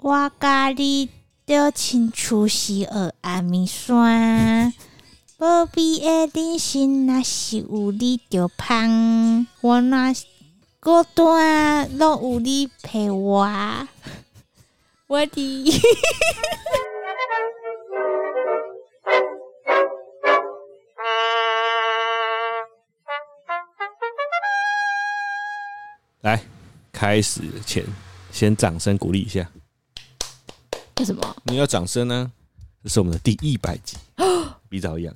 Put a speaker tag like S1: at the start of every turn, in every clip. S1: 我甲你着亲像是学阿米山，宝贝的人生若是有你就芳，我若是孤单拢有你陪我。 我的
S2: 来，开始前先掌声鼓励一下，
S1: 为什么？
S2: 你要掌声呢、这是我们的第一百集， 比早一样，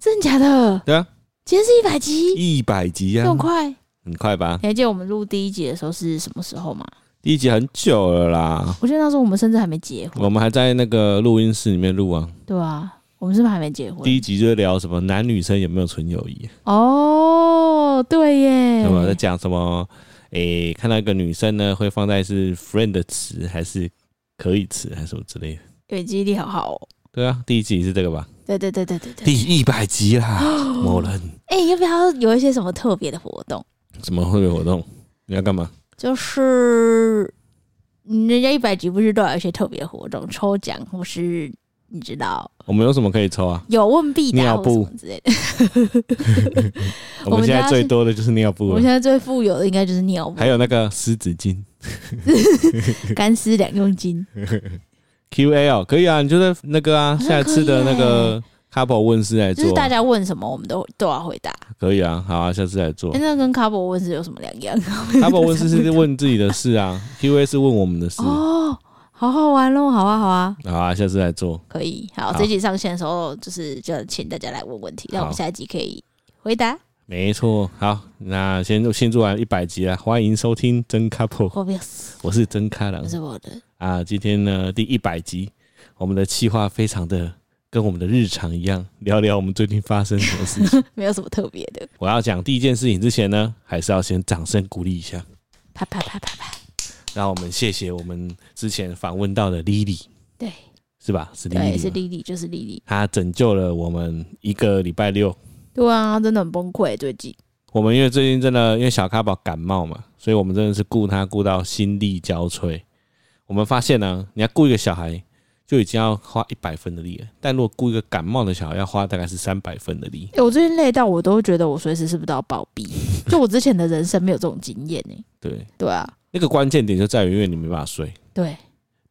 S1: 真假的？
S2: 对啊，
S1: 今天是一百集，
S2: 一百集
S1: 这
S2: 啊
S1: 么，快？
S2: 很快吧？
S1: 你还记得我们录第一集的时候是什么时候吗？
S2: 第一集很久了啦，
S1: 我记得那时候我们甚至还没结婚，
S2: 我们还在那个录音室里面录啊。
S1: 对啊，我们是不是还没结婚？
S2: 第一集就聊什么男女生有没有纯友谊，
S1: 哦，对耶
S2: 那，么在讲什么？诶、看到一个女生呢，会放在是 friend 的词还是可以词还是什么之类的？
S1: 对，记忆力好好哦。
S2: 对啊，第一集是这个吧？
S1: 对对对对对对。
S2: 第一百集啦，某人
S1: 哎、要不要有一些什么特别的活动？
S2: 什么会有活动？你要干嘛？
S1: 就是嗯人家一百集不是都有一些特别活动，抽奖或是你知道
S2: 我们有什么可以抽啊？
S1: 有问必答
S2: 尿
S1: 或什
S2: 布
S1: 么之类的。
S2: 我
S1: 我
S2: 们
S1: 们
S2: 现
S1: 家
S2: 在
S1: 是
S2: 最多的就是尿布
S1: 我
S2: 了
S1: 们，现在最富有的应该就是尿布
S2: 还、有那个湿纸巾。
S1: 干湿两用巾。
S2: Q A 哦，可以啊，你就在那个啊，
S1: 像
S2: 下次的那个 couple 问世来
S1: 就
S2: 做啊
S1: 是，大家问什么，我们都都要回答。
S2: 可以啊，好啊，下次来做
S1: 哎、。那跟卡博问是有什么两样？
S2: couple 问世是问自己的事 啊，Q A 是问我们的事，
S1: 哦，好好玩哦，好啊，好啊，
S2: 好啊，下次来做。
S1: 可以。好，
S2: 好
S1: 这一集上线的时候，就是就请大家来问问题，让我们
S2: 好
S1: 下一集可以回答。
S2: 没错，好，那先先做完一百集了，欢迎收听真 couple，
S1: 我不要死，
S2: 我是真开朗
S1: 这是我的。
S2: 啊。今天呢，第一百集，我们的企划非常的跟我们的日常一样，聊聊我们最近发生什么事情。
S1: 没有什么特别的，
S2: 我要讲第一件事情之前呢，还是要先掌声鼓励一下，
S1: 啪啪啪啪啪，
S2: 让我们谢谢我们之前访问到的 Lily，
S1: 对
S2: 是吧？是
S1: 对，是
S2: Lily，吗
S1: 莉莉，就是莉莉。
S2: 她拯救了我们一个礼拜六。
S1: 对啊，真的很崩溃，最近
S2: 我们因为最近真的因为小咖宝感冒嘛，所以我们真的是顾他顾到心力交瘁。我们发现呢、你要顾一个小孩就已经要花一百分的力了，但如果顾一个感冒的小孩，要花大概是三百分的力。
S1: 哎、我最近累到我都觉得我随时是不是都要暴 毙？就我之前的人生没有这种经验呢、
S2: 对，
S1: 对啊，
S2: 那个关键点就在于，因为你没办法睡，
S1: 对，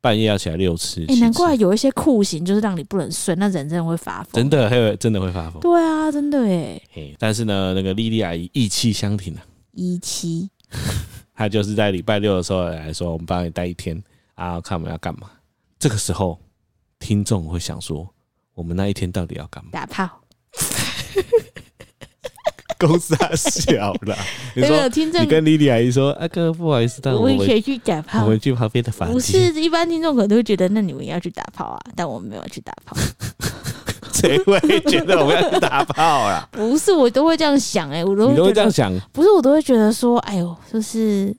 S2: 半夜要起来六次。
S1: 哎、
S2: 七次
S1: 难怪有一些酷刑就是让你不能睡，那人真的会发疯。
S2: 真的会真的会发疯。
S1: 对啊，真的哎、
S2: 嘿，但是呢，那个莉莉阿姨意气相挺啊，
S1: 一期
S2: 她就是在礼拜六的时候来说，我们帮你待一天啊，看我们要干嘛。这个时候，听众会想说，我们那一天到底要干嘛？
S1: 打炮，
S2: 公司大小 啦。你
S1: 没有
S2: 说
S1: 听
S2: 你
S1: 众，
S2: 跟莉莉阿姨说，阿啊哥不好意思，但我
S1: 我
S2: 们
S1: 也去打
S2: 我
S1: 炮。
S2: 们去旁边的房
S1: 不
S2: 间，
S1: 是一般听众可能都会觉得，那你们要去打炮啊，但我们没有去打 炮。
S2: 谁会觉得我们要去打炮 啦？
S1: 不是，我都会这样想哎、我都
S2: 你都
S1: 会
S2: 会
S1: 觉
S2: 这
S1: 得
S2: 样想，
S1: 不是，我都会觉得说，哎呦，就是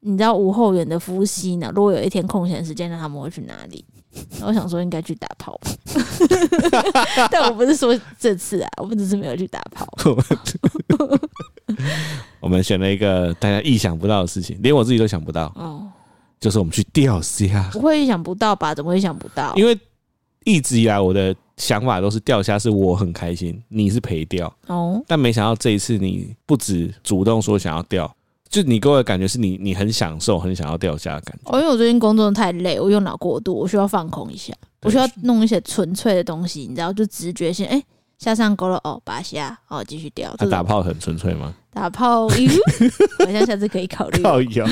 S1: 你知道无后援的夫妻呢，如果有一天空闲时间，那他们会去哪里？ 然后我想说应该去打炮吧， 但我不是说这次啊，我们只是没有去打炮。
S2: 我们选了一个大家意想不到的事情，连我自己都想不到，
S1: 哦，
S2: 就是我们去钓虾，
S1: 不会意想不到吧？怎么会意想不到？
S2: 因为一直以来我的想法都是钓虾是我很开心，你是陪钓，
S1: 哦，
S2: 但没想到这一次你不止主动说想要钓，就你给我的感觉是你你很享受，很想要钓虾的感觉。
S1: 哦，因为我最近工作太累，我用脑过度，我需要放空一下，我需
S2: 哎
S1: 要弄一些纯粹的东西，你知道，就直觉性，哎、下上钩了，哦，拔虾，哦，继续钓，这
S2: 他啊打
S1: 种
S2: 炮很纯粹吗？
S1: 打炮，咦 好像下次可以考 虑。
S2: 靠腰。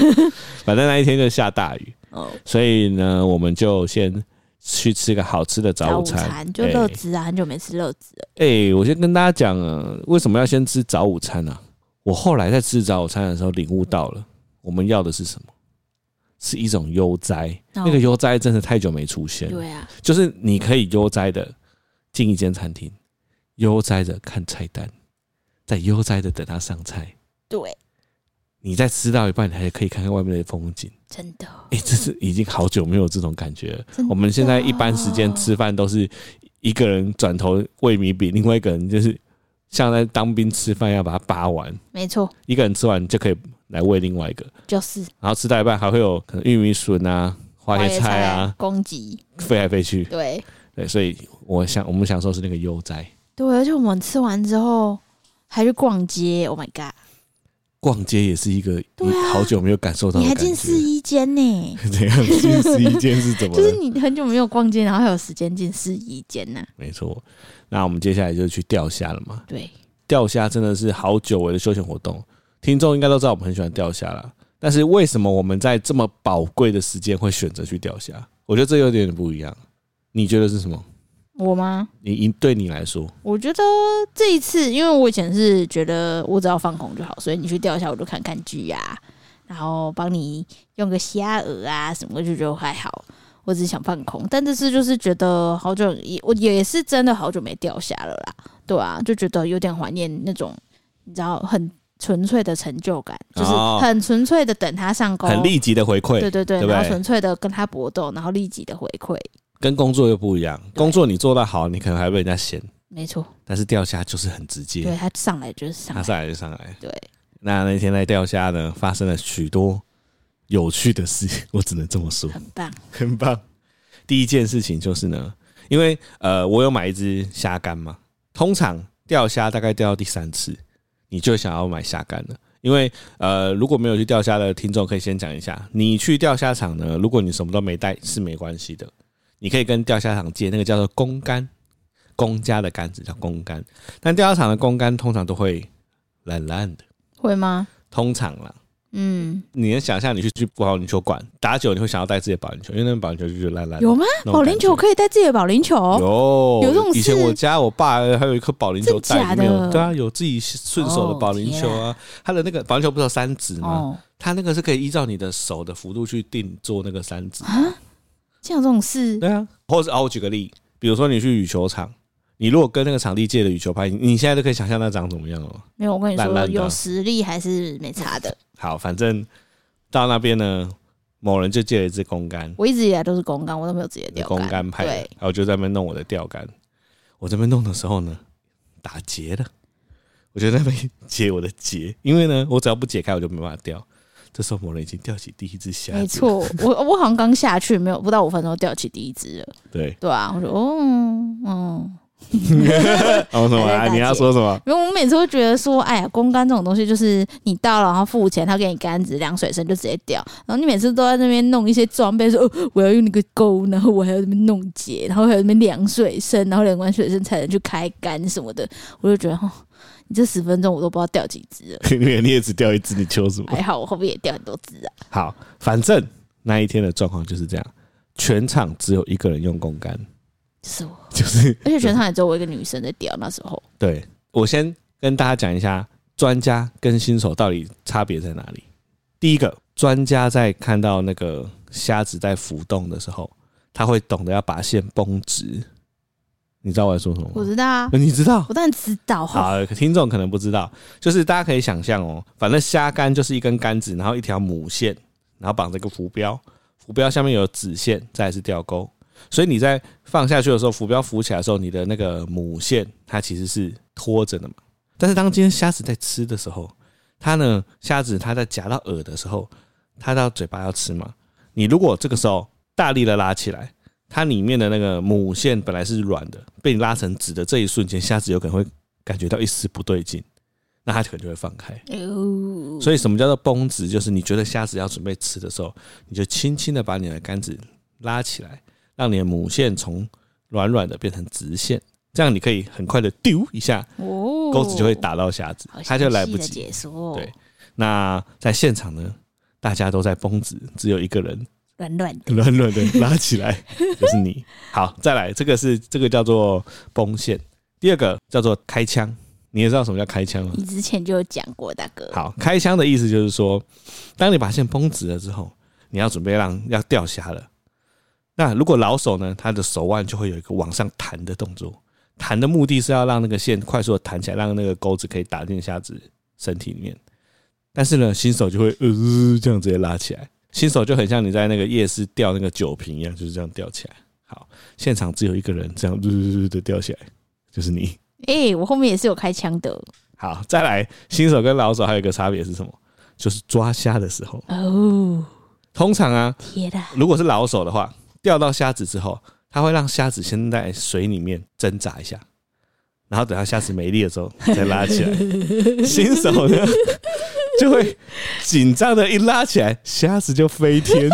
S2: 反正那一天就下大雨，
S1: 哦，
S2: 所以呢，我们就先去吃个好吃的
S1: 早
S2: 早午餐。
S1: 就
S2: 哎
S1: 乐子啊，很久没吃乐子了。
S2: 哎、我先跟大家讲、呃，为什么要先吃早午餐呢、啊？我后来在吃早午餐的时候领悟到了，我们要的是什么？是一种悠哉。
S1: 哦
S2: 那个悠哉真的太久没出现了，
S1: 对啊，
S2: 就是你可以悠哉的进一间餐厅，悠哉的看菜单，再悠哉的等它上菜。
S1: 对，
S2: 你再吃到一半，你还可以看看外面的风景。
S1: 真的，
S2: 哎、这是已经好久没有这种感觉了。
S1: 真的
S2: 我们现在一般时间吃饭都是一个人转头喂米饼，另外一个人就是像在当兵吃饭要把它扒完，
S1: 没错，
S2: 一个人吃完就可以来喂另外一个，
S1: 就是
S2: 然后吃到一半还会有可能玉米笋啊、花椰菜啊，
S1: 攻击，
S2: 飞来飞去。
S1: 对
S2: 对，所以我想我们享受是那个悠哉。
S1: 对，而且我们吃完之后还去逛街，Oh my god！
S2: 逛街也是一个
S1: 对啊
S2: 好久没有感受到的
S3: 你还
S2: 感觉。
S3: 进 试衣间呢？
S2: 怎样进试衣间是怎么
S1: 就
S2: 了
S1: 是？你很久没有逛街，然后还有时间进试衣间呐、
S2: 没错，那我们接下来就去钓虾了嘛。
S1: 对，
S2: 钓虾真的是好久违的休闲活动，听众应该都知道我们很喜欢钓虾啦。但是为什么我们在这么宝贵的时间会选择去钓虾？我觉得这有点不一样。你觉得是什么？
S1: 我吗？
S2: 你你对你来说，
S1: 我觉得这一次，因为我以前是觉得我只要放空就好，所以你去钓一下我就看看剧啊，然后帮你用个虾饵啊什么，我就觉得还好。我只是想放空，但这次就是觉得好久，也我也是真的好久没钓虾了啦，对啊，就觉得有点怀念那种你知道很纯粹的成就感，就是
S2: 哦
S1: 很纯粹的等它上钩，
S2: 很立即的回馈，
S1: 对对对，
S2: 对不
S1: 然后
S2: 对
S1: 纯粹的跟他搏斗，然后立即的回馈，
S2: 跟工作又不一样。工作你做到好，你可能还被人家嫌，
S1: 没错，
S2: 但是钓虾就是很直
S1: 对
S2: 接，
S1: 他上来就是上
S2: 他
S1: 来，
S2: 上来就上来。
S1: 对，
S2: 那那天在钓虾呢，发生了许多有趣的事，我只能这么说，
S1: 很棒，
S2: 很棒。第一件事情就是呢，因为呃，我有买一只虾竿嘛，通常钓虾大概钓到第三次，你就想要买虾竿了。因为呃，如果没有去钓虾的听众，可以先讲一下，你去钓虾场呢，如果你什么都没带是没关系的，你可以跟钓虾场借那个叫做公竿，公家的竿子叫公竿，但钓虾场的公竿通常都会烂烂的，
S1: 会吗？
S2: 通常啦，
S1: 嗯，
S2: 你能想象你去去保龄球馆打久，你会想要带自己的保龄球，因为那个保龄球就是烂烂的。
S1: 有吗？
S2: 那种
S1: 保龄球
S2: 感
S1: 可以带自己的保龄
S2: 觉
S1: 球，
S2: 有
S1: 有这种
S2: 以前
S1: 事
S2: 我家我爸还有一颗保龄球
S1: 真
S2: 袋，
S1: 假
S2: 里面有
S1: 的
S2: 对啊，有自己顺手的
S1: 哦
S2: 保龄球
S1: 天
S2: 啊。它的那个保龄球不是有三指吗？
S1: 哦
S2: 它那个是可以依照你的手的幅度去定做那个三指。
S1: 啊，像这种事，
S2: 对啊，或者啊，我举个例，比如说你去羽球场，你如果跟那个场地借的羽球拍，你你现在都可以想象那长怎么样了。
S1: 没有，我跟你
S2: 烂烂
S1: 说，
S2: 的啊
S1: 有实力还是没差的。
S2: 好，反正到那边呢，某人就借了一支公杆，
S1: 我一直以来都是公杆，我都没有直接钓
S2: 公杆派的，
S1: 对，
S2: 然后就在那边弄我的钓竿。我这边弄的时候呢，打结了，我就在那边解我的结，因为呢，我只要不解开，我就没办法钓。这时候某人已经钓起第一只虾，
S1: 没，错，我我好像刚下去没有不到五分钟钓起第一只了，。
S2: 对
S1: 对啊，我说哦嗯。
S2: 然 后什么
S1: 还在打
S2: 啊？
S1: 结
S2: 你要说什么？
S1: 因为我每次会觉得说，哎呀，公杆这种东西就是你到了，然后付钱，他给你杆子、量水深就直接掉，然后你每次都在那边弄一些装备，说、 哦、我要用那个钩，然后我还要那边弄结，然后哦还要那边量水深，然后量完水深才能去开杆什么的，我就觉得哦，你这十分钟我都不知道掉几只了，
S2: 因为你也只钓一只，你求什么？
S1: 还好我后面也掉很多只啊，
S2: 好，反正那一天的状况就是这样，全场只有一个人用公杆，
S1: 就是我，
S2: 就是
S1: 而且全场也只有我一个女生在掉，那时候
S2: 对我先跟大家讲一下，专家跟新手到底差别在哪里。第一个，专家在看到那个虾子在浮动的时候，他会懂得要把线绷直。你知道我在说什么
S1: 我
S2: 吗？
S1: 知道啊，
S2: 你知道？
S1: 我当然知道哈，
S2: 嗯好，听众可能不知道，就是大家可以想象哦，反正虾竿就是一根杆子，然后一条母线，然后绑着一个浮标，浮标下面有子线，再来是钓钩。所以你在放下去的时候，浮标浮起来的时候，你的那个母线它其实是拖着的嘛。但是当今天虾子在吃的时候，它呢虾子它在夹到饵的时候，它到嘴巴要吃嘛。你如果这个时候大力的拉起来，它里面的那个母线本来是软的，被你拉成直的这一瞬间，虾子有可能会感觉到一丝不对劲，那它可能就会放开。
S1: 哦，
S2: 所以什么叫做绷直？就是你觉得虾子要准备吃的时候，你就轻轻的把你的杆子拉起来，让你的母线从软软的变成直线，这样你可以很快的丢一下，
S1: 哦
S2: 钩子就会，打到虾子
S1: 好，
S2: 它就来
S1: 详细
S2: 不
S1: 地
S2: 及。
S1: 解说，
S2: 对，那在现场呢，大家都在绷直，只有一个人
S1: 软软的，
S2: 软软的拉起来，就是你。好，再来，这个是这个叫做绷线，第二个叫做开枪。你也知道什么叫开枪吗？
S1: 你之前就有讲过，大哥，
S2: 好，开枪的意思就是说，当你把线绷直了之后，你要准备让要掉虾了。那如果老手呢，他的手腕就会有一个往上弹的动作，弹的目的是要让那个线快速的弹起来，让那个钩子可以打进虾子身体里面。但是呢，新手就会呃这样直接拉起来，新手就很像你在那个夜市钓那个酒瓶一样，就是这样吊起来。好，现场只有一个人这样呃的吊起来，就是你。
S1: 哎、我后面也是有开枪的
S2: 好，再来，新手跟老手还有一个差别是什么？就是抓虾的时候，
S1: 哦，
S2: 通常啊，
S3: 铁啦，
S2: 如果是老手的话，钓到虾子之后，他会让虾子先在水里面挣扎一下，然后等到虾子没力的时候再拉起来。新手呢就会紧张的一拉起来，虾子就飞天。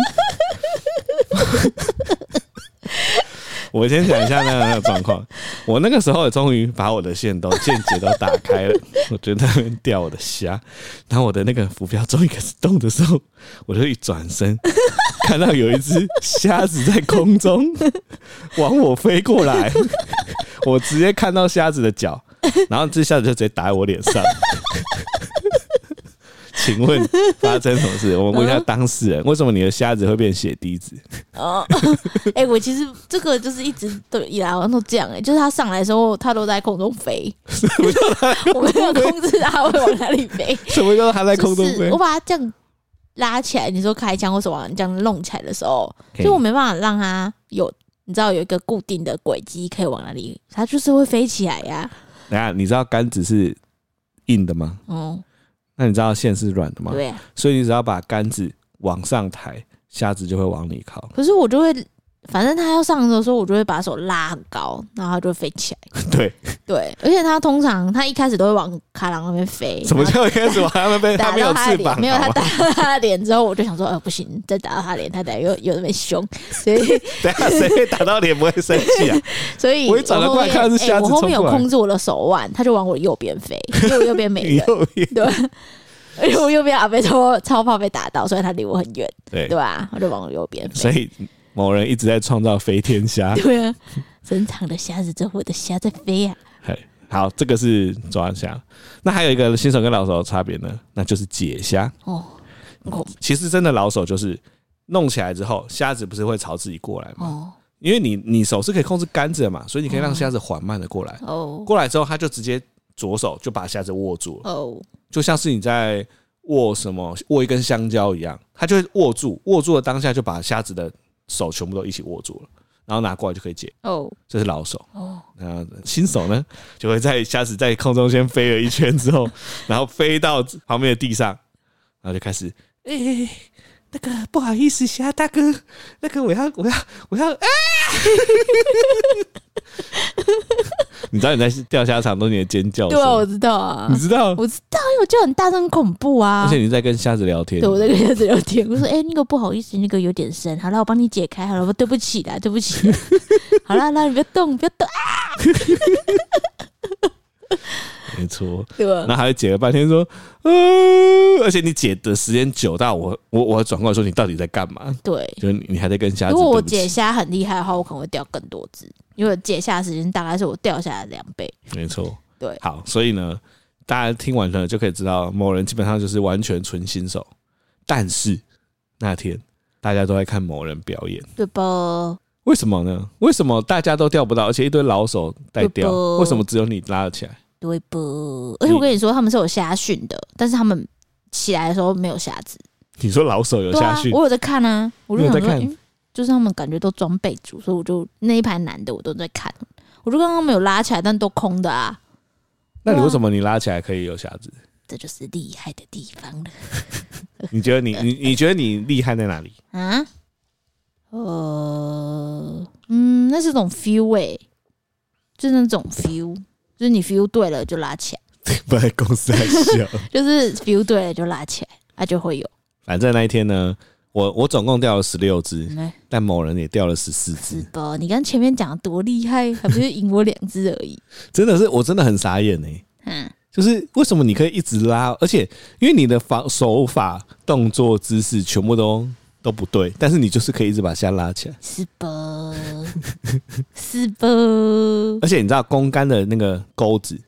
S2: 我先讲一下那个状况，我那个时候也终于把我的线都间接都打开了，我就在那边钓我的虾，然后我的那个浮标终于开始动的时候，我就一转身，看到有一只虾子在 空中往我飞过来，我直接看到虾子的脚，然后这虾子就直接打在我脸上。 请问发生什么事？我们
S1: 嗯
S2: 问一下当事人，为什么你的虾子会变血滴子？
S1: 哦， 哎、我其实这个就是一直都以来好像都这样哎、就是他上来的时候，他都在空中飞，我没有控制他会往哪里飞，
S2: 什么叫它在空中
S1: 就是
S2: 飞
S1: 我？把他这样拉起来，你说开枪或者往这样弄起来的时候，
S2: 嘿
S1: 就我没办法让他有，你知道有一个固定的轨迹可以往哪里，他就是会飞起来呀、
S2: 等一下，你知道杆子是硬的吗？
S1: 嗯，
S2: 那你知道线是软的吗？
S1: 对、啊。
S2: 所以你只要把杆子往上抬，虾子就会往里靠。
S1: 可是我就会，反正他要上的时候，我就会把手拉很高，然后他就会飞起来。
S2: 对，
S1: 对，而且他通常他一开始都会往卡郎那边飞，
S2: 什么叫一开始往他们飞？
S1: 打
S2: 它没有
S1: 到他
S2: 翅
S1: 的脸，
S2: 膀，
S1: 没有
S2: 好
S1: 他
S2: 吗
S1: 打到他的脸之后，我就想说，呃，不行，再打到他的脸，他等下又又那么凶，所 以
S2: 等一下谁会打到脸不会生气啊？
S1: 所以
S2: 我一转头
S1: 后面
S2: 过来看是
S1: 哎
S2: 瞎子
S1: 我后面有
S2: 冲过来
S1: 控制我的手腕，他就往我右边飞，因为我右边没
S2: 你
S1: 人，
S2: 右边
S1: 对，而且我右边阿贝超超怕被打到，所以他离我很远，
S2: 对
S1: 对，吧？我就往我右边飞，
S2: 所以某人一直在创造飞天虾。
S1: 对啊，整场的虾子，这我的虾在飞啊，
S2: 嘿好，这个是抓虾。那还有一个新手跟老手的差别呢，那就是解虾。
S1: 哦，很恐
S2: 其实真的老手就是弄起来之后，虾子不是会朝自己过来
S1: 怖
S2: 吗？
S1: 哦
S2: 因为你你手是可以控制杆子的嘛，所以你可以让虾子缓慢的过来。
S1: 哦
S2: 过来之后，他就直接左手就把虾子握住了，
S1: 哦，
S2: 就像是你在握什么握一根香蕉一样，他就会握住，握住的当下就把虾子的手全部都一起握住了，然后拿过来就可以解。
S1: 哦
S2: 这是老手。
S1: 哦，
S2: 那新手呢，就会在虾子在空中先飞了一圈之 后，然后飞到旁边的地上，然后就开始，哎、欸，那个不好意思，虾大哥，那个我要我要我要啊！ 你知道你在钓虾场都你的尖叫
S1: 对啊，我
S2: 声，
S1: 知道啊
S2: 你，知 道，
S1: 我知道，因为我就很大声，很恐怖啊
S2: 而且。你在跟虾子聊天
S1: 对，，我在跟他聊天， 我说：“哎、那个不好意思，那个有点深，好了，我帮你解开，好了，对不起啦，对不起啦， 好啦，那你不要动，不要动，啊
S2: 没错，
S1: 对
S2: 然
S1: 吧？
S2: 后还解了半天说，嗯、而且你解的时间久到我我我转过来说你到底在干嘛？
S1: 对，
S2: 就是你你还在跟虾子
S1: 如果
S2: 对
S1: 我
S2: 不起
S1: 解虾很厉害的话，我可能会掉更多只，因为我解虾的时间大概是我掉下来的两倍。
S2: 没错，
S1: 对
S2: 好，所以呢，大家听完了就可以知道，某人基本上就是完全纯新手。但是那天大家都在看某人表演，
S1: 对吧？
S2: 为什么呢？为什么大家都钓不到，而且一堆老手在
S1: 对？
S2: 钓
S1: 不
S2: 为什么只有你拉得起来？
S1: 对吧？而且我跟你说，他们是有虾训的，但是他们起来的时候没有虾子。
S2: 你说老手有
S1: 对
S2: 下
S1: 啊
S2: 去，，
S1: 我有在看啊，我就
S2: 你有
S1: 想
S2: 在
S1: 说，
S2: 看
S1: 嗯，就是他们感觉都装备组，所以我就那一排男的我都在看，我就刚刚没有拉起来，但都空的啊。
S2: 那你
S1: 对啊
S2: 为什么你拉起来可以有虾子？
S1: 这就是厉害的地方了
S2: 你觉得你你你觉得你厉害在哪里？
S1: 啊！呃，嗯，那是种 feel 哎、就是那种 feel，就是你 feel 对了就拉起来，
S2: 不在公司在笑。
S1: 就是 feel 对了就拉起来，它、就会有。
S2: 反正那一天呢，我我总共钓了十六只，
S1: 嗯，
S2: 但某人也钓了十四
S1: 是
S2: 只，
S1: 吧？你刚前面讲的多厉害，还不是赢我两只而已。
S2: 真的是我真的很傻眼呢、欸
S1: 嗯，
S2: 就是为什么你可以一直拉，而且因为你的防手法、动作、姿势全部都都不对，但是你就是可以一直把虾拉起来。
S1: 是吧？ 是吧？
S2: 而且你知道公杆的那个钩子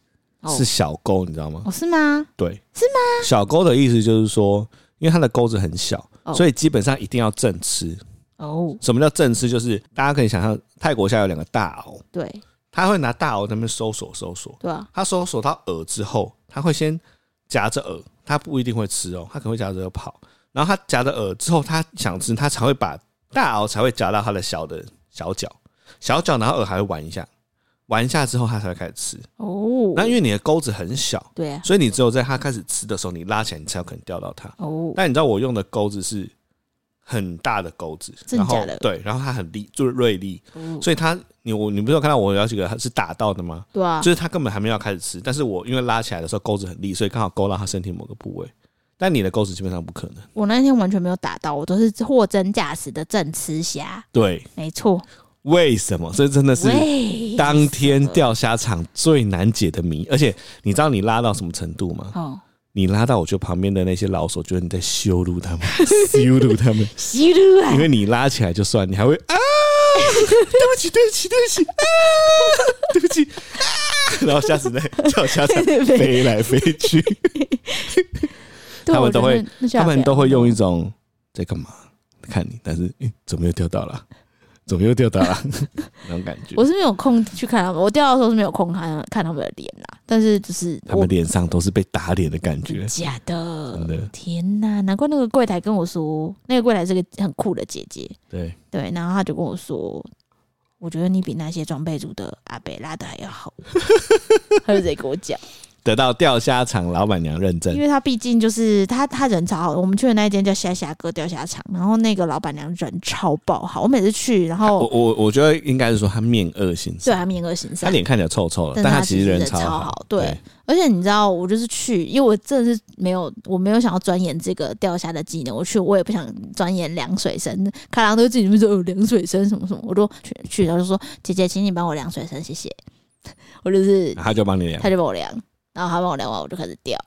S1: 哦
S2: 是小钩，你知道吗？
S1: 哦，是吗？
S2: 对，是吗？小钩的意思就是说，因为它的钩子很小，
S1: 哦
S2: 所以基本上一定要正吃。
S1: 哦，
S2: 什么叫正吃？就是大家可以想象，泰国虾有两个大螯，
S1: 对
S2: 它会拿大螯在那边搜索搜索，
S1: 对啊，
S2: 它搜索到饵之后，它会先夹着饵，它不一定会吃哦，它可能会夹着饵跑。然后它夹着饵之后，它想吃，它才会把大螯才会夹到它的小的小脚，小脚，然后饵还会玩一下，玩一下之后它才会开始吃。
S1: 哦，
S2: 那因为你的钩子很小，
S1: 对啊，
S2: 所以你只有在它开始吃的时候，你拉起来，你才有可能钓到它。
S1: 哦，
S2: 但你知道我用的钩子是很大的钩子，
S1: 真
S2: 然后
S1: 假的
S2: 对，然后它很利，就是锐利，
S1: 哦
S2: 所以它你我你不是有看到我有几个它是打到的吗？
S1: 对啊
S2: 就，是它根本还没有开始吃，但是我因为拉起来的时候钩子很利，所以刚好勾到它身体某个部位。但你的钩子基本上不可能，
S1: 我那天完全没有打到，我都是货真价实的正吃虾，
S2: 对，
S1: 没错。
S2: 为什么？这真的是
S1: 喂，
S2: 当天钓虾场最难解的谜。而且你知道你拉到什么程度吗？
S1: 哦，
S2: 你拉到我就旁边的那些老手觉得你在羞 辱他们，羞辱他们，
S1: 吸入啊
S2: 因，为你拉起来就算，你还会啊， 对不起，对不起，对不起，啊， 对不起，啊，然后虾子 在钓虾场飞来飞 去，
S1: 对
S2: 他们
S1: 我觉
S2: 都会
S1: 得那下
S2: 他们
S1: 不了
S2: 都会用一种在干嘛看你，但是、诶怎么又钓到了？怎么又钓到了？ 那种感觉
S1: 我，是没有空去看他们，我钓的时候是没有空看看他们的脸啦，但是就是
S2: 他
S1: 我
S2: 们脸上都是被打脸的感觉。
S1: 假的
S2: 真的，
S1: 天哪！难怪那个柜台跟我说，那个柜台是个很酷的姐姐，
S2: 对，
S1: 对，然后她就跟我说，我觉得你比那些装备组的阿北拉的还要好，她就直接跟我讲，
S2: 得到钓虾场老板娘认
S1: 因
S2: 证，
S1: 为她毕竟就是她她人超好，我们去的那一间叫虾虾哥钓虾场，然后那个老板娘人超爆好，我每次去，然
S2: 我
S1: 后
S2: 我我觉得应该是说他面恶心，
S1: 对她啊面恶心
S2: 他
S1: 善，
S2: 脸看起来臭臭的，
S1: 但
S2: 但
S1: 他
S2: 其实
S1: 其实
S2: 人
S1: 人超
S2: 好
S1: 好，对而且你知道，我就是去，因为我真的是没有，我没有想要钻研这个钓虾的技能，我去我也不想钻研凉水深，卡郎都自己说哦凉水深什么什么，我都去去，然后就说姐姐，请你帮我凉水深，谢谢。 我就是
S2: 然后他就帮你量
S1: 他，就帮我量，然后他帮我量完，我就开始钓，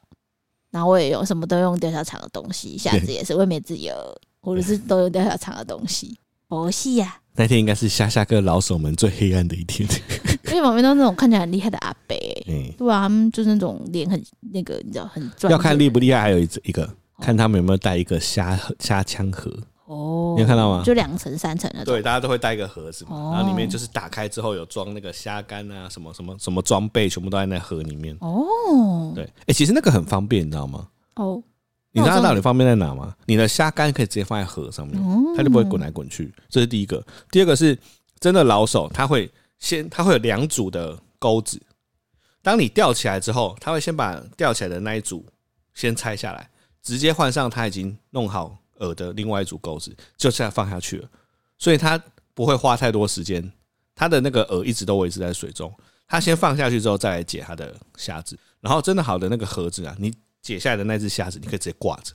S1: 然后我也用什么都用钓虾场的东西， 下次也是外面自由，我就是都用钓虾场的东西，佛系啊呀、
S2: 那天应该是虾虾哥老手们最黑暗的一天，
S1: 因为旁边都是那种看起来很厉害的阿伯、
S2: 嗯，
S1: 对啊，他们就是那种脸很那个，你知道很专
S2: 要看
S1: 业
S2: 厉不厉害，还有一一个看他们有没有带一个虾盒虾枪盒，
S1: 哦，
S2: 你有看到吗
S1: 就两层、三层那种。
S2: 对，大家都会带一个盒子嘛
S1: 哦，
S2: 然后里面就是打开之后有装那个虾干啊，什么什么什么装备，全部都在那盒里面。
S1: 哦，
S2: 对，哎，其实那个很方便，你知道吗？
S1: 哦，
S2: 你
S1: 那我
S2: 知道它
S1: 真的
S2: 到底方便在哪吗？你的虾干可以直接放在盒上面，
S1: 哦
S2: 它嗯就不会滚来滚去。这是第一个。第二个是真的老手，他会先他会有两组的钩子，当你吊起来之后，他会先把吊起来的那一组先拆下来，直接换上他已经弄好饵的另外一组钩子，就这样放下去了。所以他不会花太多时间，他的那个饵一直都维持在水中。他先放下去之后，再来解他的虾子。然后真的好的那个盒子啊，你解下来的那只虾子，你可以直接挂着，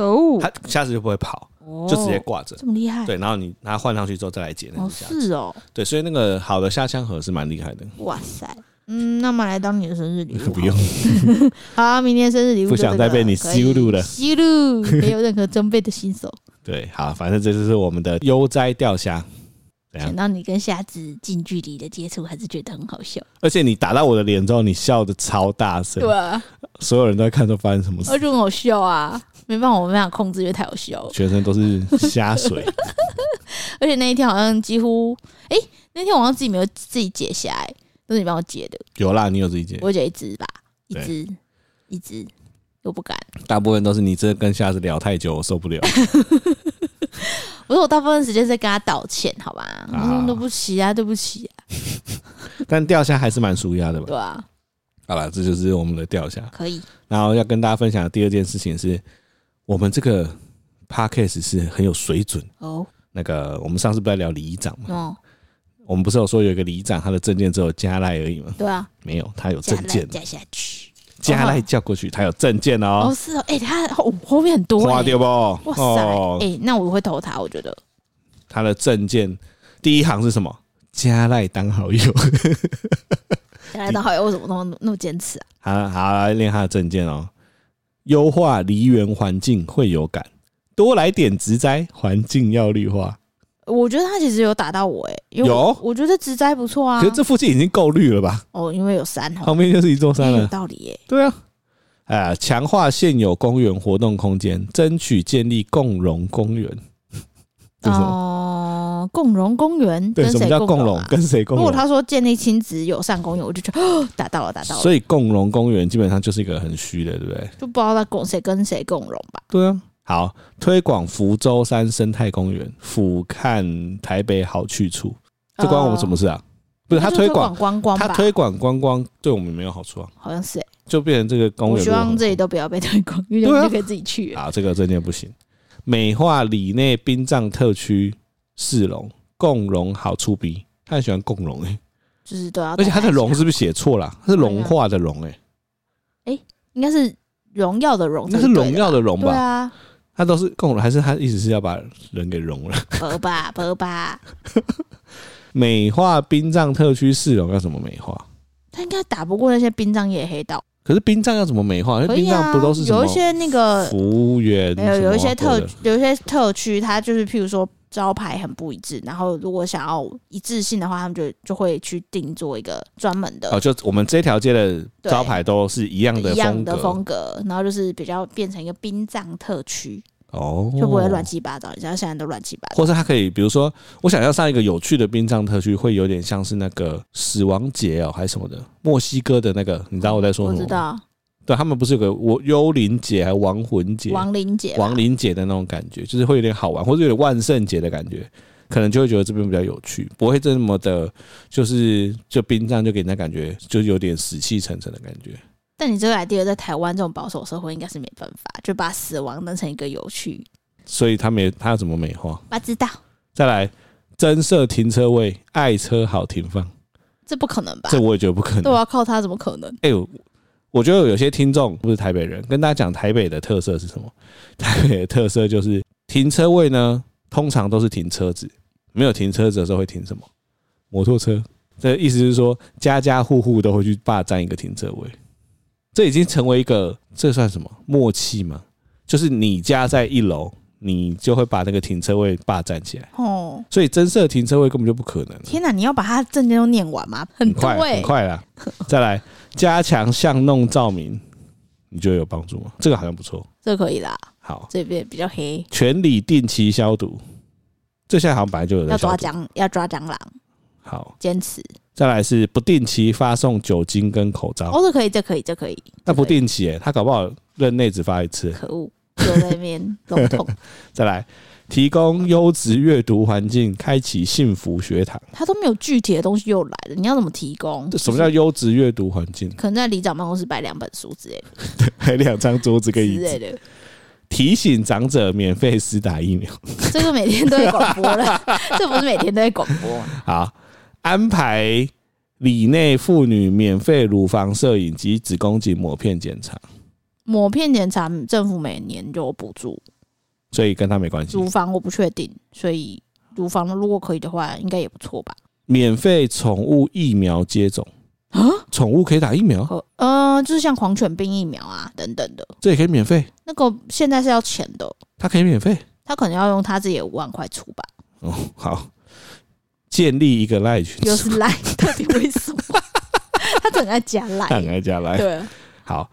S1: 哦，
S2: 它虾子就不会跑，
S1: 哦
S2: 就直接挂着。
S1: 这么厉害，
S2: 对，然后你拿换上去之后再来解那
S1: 哎哦，
S2: 只虾子。
S1: 是哦，
S2: 对，所以那个好的虾枪盒是蛮厉害的。
S1: 哇塞。嗯，那么来当你的生日礼物好了，
S2: 不用，
S1: 好 啊，明天生日礼物
S2: 不
S1: 就这
S2: 想
S1: 个
S2: 再被你
S1: 可以
S2: 羞辱了
S1: 羞辱 没有任何装备的新手，
S2: 对，好，反正这就是我们的悠哉钓虾。怎样
S1: 想到你跟虾子近距离的接触，还是觉得很好笑，
S2: 而且你打到我的脸之后，你笑的超大声
S1: 对， 啊，
S2: 所有人都在看，都发生什么事
S1: 而，哦且很好笑啊，没办法，我没办法控制，因为太好笑了。
S2: 全身都是虾水。
S1: 而且那一天好像几乎，哎、那天我好像自己没有自己解下来，都是你帮我解的。
S2: 有啦，你有自己解，
S1: 我解一只吧，一
S2: 对
S1: 只，一只，我不敢。
S2: 大部分都是你这跟虾子聊太久，我 受不了。
S1: 我说我大部分时间在跟他道歉，好吧？我
S2: 啊
S1: 说对不起啊，对不起啊，
S2: 但钓虾还是蛮舒压的吧？
S1: 对啊，
S2: 好了，这就是我们的钓虾。
S1: 可以，
S2: 然后要跟大家分享的第二件事情是，我们这个 podcast 是很有水准。
S1: 哦，
S2: 那个我们上次不是在聊里长嘛？
S1: 哦，
S2: 我们不是有说有一个里长，他的证件只有加赖而已吗？
S1: 对啊，
S2: 没有，他有
S1: 加
S2: 证
S1: 赖
S2: 哦件，
S1: 加下去，
S2: 加赖叫过去，他有证件
S1: 哦，
S2: 哦，
S1: 是哦，哎，他后后面很多，
S2: 花
S1: 哎
S2: 掉不？
S1: 哇
S2: 哦
S1: 塞，哎，那我会投他，我觉得，
S2: 他的证件第一行是什么？加赖当好友。 嗯
S1: 加赖当好友为什么那么那么坚持啊？
S2: 好好来练他的证件哦。优化梨园环境会有感，多来点植栽，环境要绿化。
S1: 我觉得他其实有打到我，哎，因为我
S2: 有
S1: 我觉得植栽不错啊
S2: 可是，这附近已经够绿了吧？
S1: 哦，因为有山哦，
S2: 旁边就是一座山
S1: 哎有
S2: 了。
S1: 道理耶，
S2: 对啊，哎、呀，强化现有公园活动空间，争取建立共融公园。 这是什么？
S1: 哦，共荣公园，
S2: 对，
S1: 跟
S2: 什么
S1: 谁
S2: 叫共
S1: 共
S2: 融
S1: 荣啊？？
S2: 跟谁共
S1: 如果
S2: 融？
S1: 他说建立亲子友善公园，我就觉 得哦，打到了，打到了，
S2: 所以共融公园基本上就是一个很虚的，对不对？
S1: 就不知道他共谁跟谁共荣吧。
S2: 对啊。好，推广福州山生态公园，俯瞰台北好去处。这关我们什么
S1: 哦？
S2: 事啊？不是他
S1: 就
S2: 推广
S1: 广，观光吧？
S2: 他推广观光对我们没有好处啊，
S1: 好像是欸，
S2: 就变成这个公
S1: 我
S2: 园
S1: 希
S2: 如何
S1: 望这里都不要被推广，因为
S2: 对
S1: 我
S2: 啊
S1: 们就可以自己去了。
S2: 啊，这个证件不行。美化里内殡葬特区市容，共荣好处比。他很喜欢共荣哎、
S1: 哦就是都要。
S2: 而且他的“荣”是不是写错了？
S1: 啊
S2: 它是融化的“融”哎，
S1: 应该是荣耀的荣，
S2: 那是荣耀的“荣”
S1: 对
S2: 吧？
S1: 啊，
S2: 他都是共荣，还是他意思是要把人给融了？
S1: 伯吧伯吧，
S2: 美化殡葬特区市容要怎么美化？
S1: 他应该打不过那些殡葬业黑道。
S2: 可是殡葬要怎么美化？因
S1: 可
S2: 为
S1: 以
S2: 哎殡
S1: 啊，
S2: 葬不都是什么
S1: 有一些那个
S2: 服务员？
S1: 没有有一些
S2: 什么
S1: 特
S2: 啊对的
S1: 有一些特区，它就是譬如说招牌很不一致，然后如果想要一致性的话，他们就就会去定做一个专门的
S2: 哦，就我们这条街的招牌都是一样的
S1: 一样
S2: 风
S1: 的
S2: 格
S1: 风格，然后就是比较变成一个殡葬特区，
S2: 哦，
S1: 就不会乱七八糟。你知道现在都乱七八糟，
S2: 或是他可以，比如说，我想要上一个有趣的殡葬特区，会有点像是那个死亡节哦，还是什么的，墨西哥的那个，你知道我在说
S1: 我
S2: 什么
S1: 知
S2: 吗？
S1: 道
S2: 对他们不是有个我幽灵节还有亡魂节、
S1: 亡灵姐吧，
S2: 亡灵节的那种感觉，就是会有点好玩，或者有点万圣节的感觉，可能就会觉得这边比较有趣，不会这么的，就是就殡葬就给人家感觉就是有点死气沉沉的感觉。
S1: 但你这个 idea 在台湾这种保守社会应该是没办法，就把死亡当成一个有趣。
S2: 所以他们也他要怎么美化？
S1: 不知道
S2: 再来，增设停车位，爱车好停放，
S1: 这不可能吧
S2: 这？我也觉得不可能
S1: 对。啊，靠他怎么可能？
S2: 哎、呦，我觉得有些听众不是台北人，跟大家讲台北的特色是什么？ 台北的特色就是停车位呢，通常都是停车子，没有停车子的时候会停什么？摩托车。这意思是说，家家户户都会去霸占一个停车位，这已经成为一个这算什么默契吗？就是你家在一楼，你就会把那个停车位霸占起来，
S1: 哦，
S2: 所以增设停车位根本就不可能。啊
S1: 天哪！你要把他证件都念完吗？很多
S2: 快
S1: 欸
S2: 很 快啦。再来加强巷弄照明，你觉得有帮助吗？这个好像不错。
S1: 这可以啦，
S2: 好，
S1: 这边比较黑，
S2: 全里定期消毒，这现在好像本来就有
S1: 要
S2: 在消
S1: 抓
S2: 毒。
S1: 蟑要抓蟑螂，
S2: 好，
S1: 坚持。
S2: 再来是不定期发送酒精跟口罩。
S1: 哦，这可以，这可以，这可以。
S2: 那不定期、欸，他搞不好任内只发一次。
S1: 可恶，就在那 边笼统。
S2: 再来，提供优质阅读环境，开启幸福学堂。
S1: 他都没有具体的东西又来了，你要怎么提供？
S2: 这什么叫优质阅读环 境？
S1: 可能在里长办公室摆两本书之类的，
S2: 还两张桌子跟椅
S1: 之类
S2: 子。
S1: 的。
S2: 提醒长者免费施打疫苗。
S1: 这个每天都会广播了， 这不是每天都会广播吗？
S2: 好，安排里内妇女免费乳房摄影及子宫颈抹片检查，
S1: 抹片检查，政府每年有补助，
S2: 所以跟他没关系
S1: 乳。房我不确定，所以乳房如果可以的话，应该也不错吧？
S2: 免费宠物疫苗接种，
S1: 啊，
S2: 宠物可以打疫苗，
S1: 可呃，就是像狂犬病疫苗啊等等的，
S2: 这也可以免费，
S1: 那个现在是要钱的，
S2: 它可以免费。
S1: 他可能要用他自己的五万块出吧，
S2: 哦，好，建立一个赖群
S1: 又
S2: 组，
S1: 是赖，到底为什么？ 他整个加
S2: 大
S1: 赖，
S2: 家加来。
S1: 对，
S2: 好，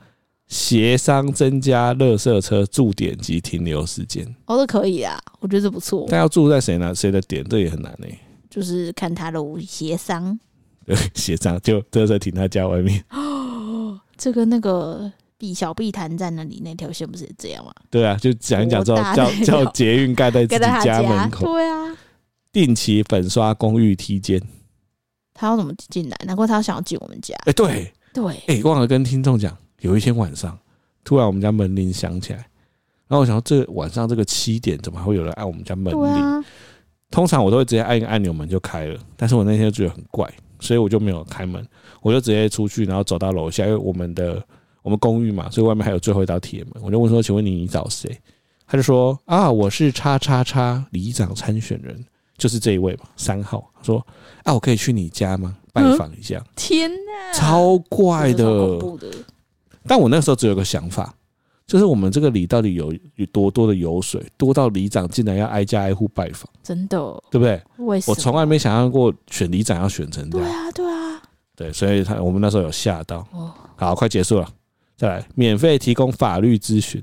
S2: 协商增加垃圾车驻点及停留时间，
S1: 哦，这可以啊，我觉得这不错，
S2: 但要住在谁呢？谁的点，这也很难欸呢、
S1: 就是看他的协商，
S2: 对， 协商就垃圾停他家外面。哦
S1: 这跟那个碧小碧潭站那里那条线不是也这样吗？
S2: 对啊，就讲一讲之后
S1: 多，大
S2: 叫
S1: 的
S2: 叫
S1: 料
S2: 捷运盖在自
S1: 跟
S2: 己
S1: 在他
S2: 家门口，
S1: 对啊，
S2: 定期粉刷公寓梯间。
S1: 他要怎么进来？难怪他要想要进我们家，
S2: 哎、对，
S1: 对，
S2: 哎、忘了跟听众讲，有一天晚上，突然我们家门铃响起来，然后我想说，这晚上这个七点怎么还会有人按我们家
S1: 对
S2: 门铃？
S1: 啊，
S2: 通常我都会直接按一个按钮，门就开了。但是我那天就觉得很怪，所以我就没有开门，我就直接出去，然后走到楼下，因为我们的我们公寓嘛，所以外面还有最后一道铁门。我就问说：“请问你你找谁？”他就说：“啊，我是叉叉叉里长参选人，就是这一位嘛，三号。”他说：“啊，我可以去你家吗？拜访一下。
S1: 天哪，
S2: 超怪
S1: 这是，
S2: 的
S1: 超恐怖的，
S2: 但我那时候只有个想法，就是我们这个里到底有有多多的油水，多到里长竟然要挨家挨户拜访，
S1: 真的，
S2: 对不对？
S1: 为什
S2: 我
S1: 么？
S2: 从来没想象过选里长要选成这
S1: 对
S2: 样，
S1: 啊，对啊，
S2: 对，所以他我们那时候有吓到。
S1: 哦，
S2: 好，快结束了，再来免费提供法律咨询，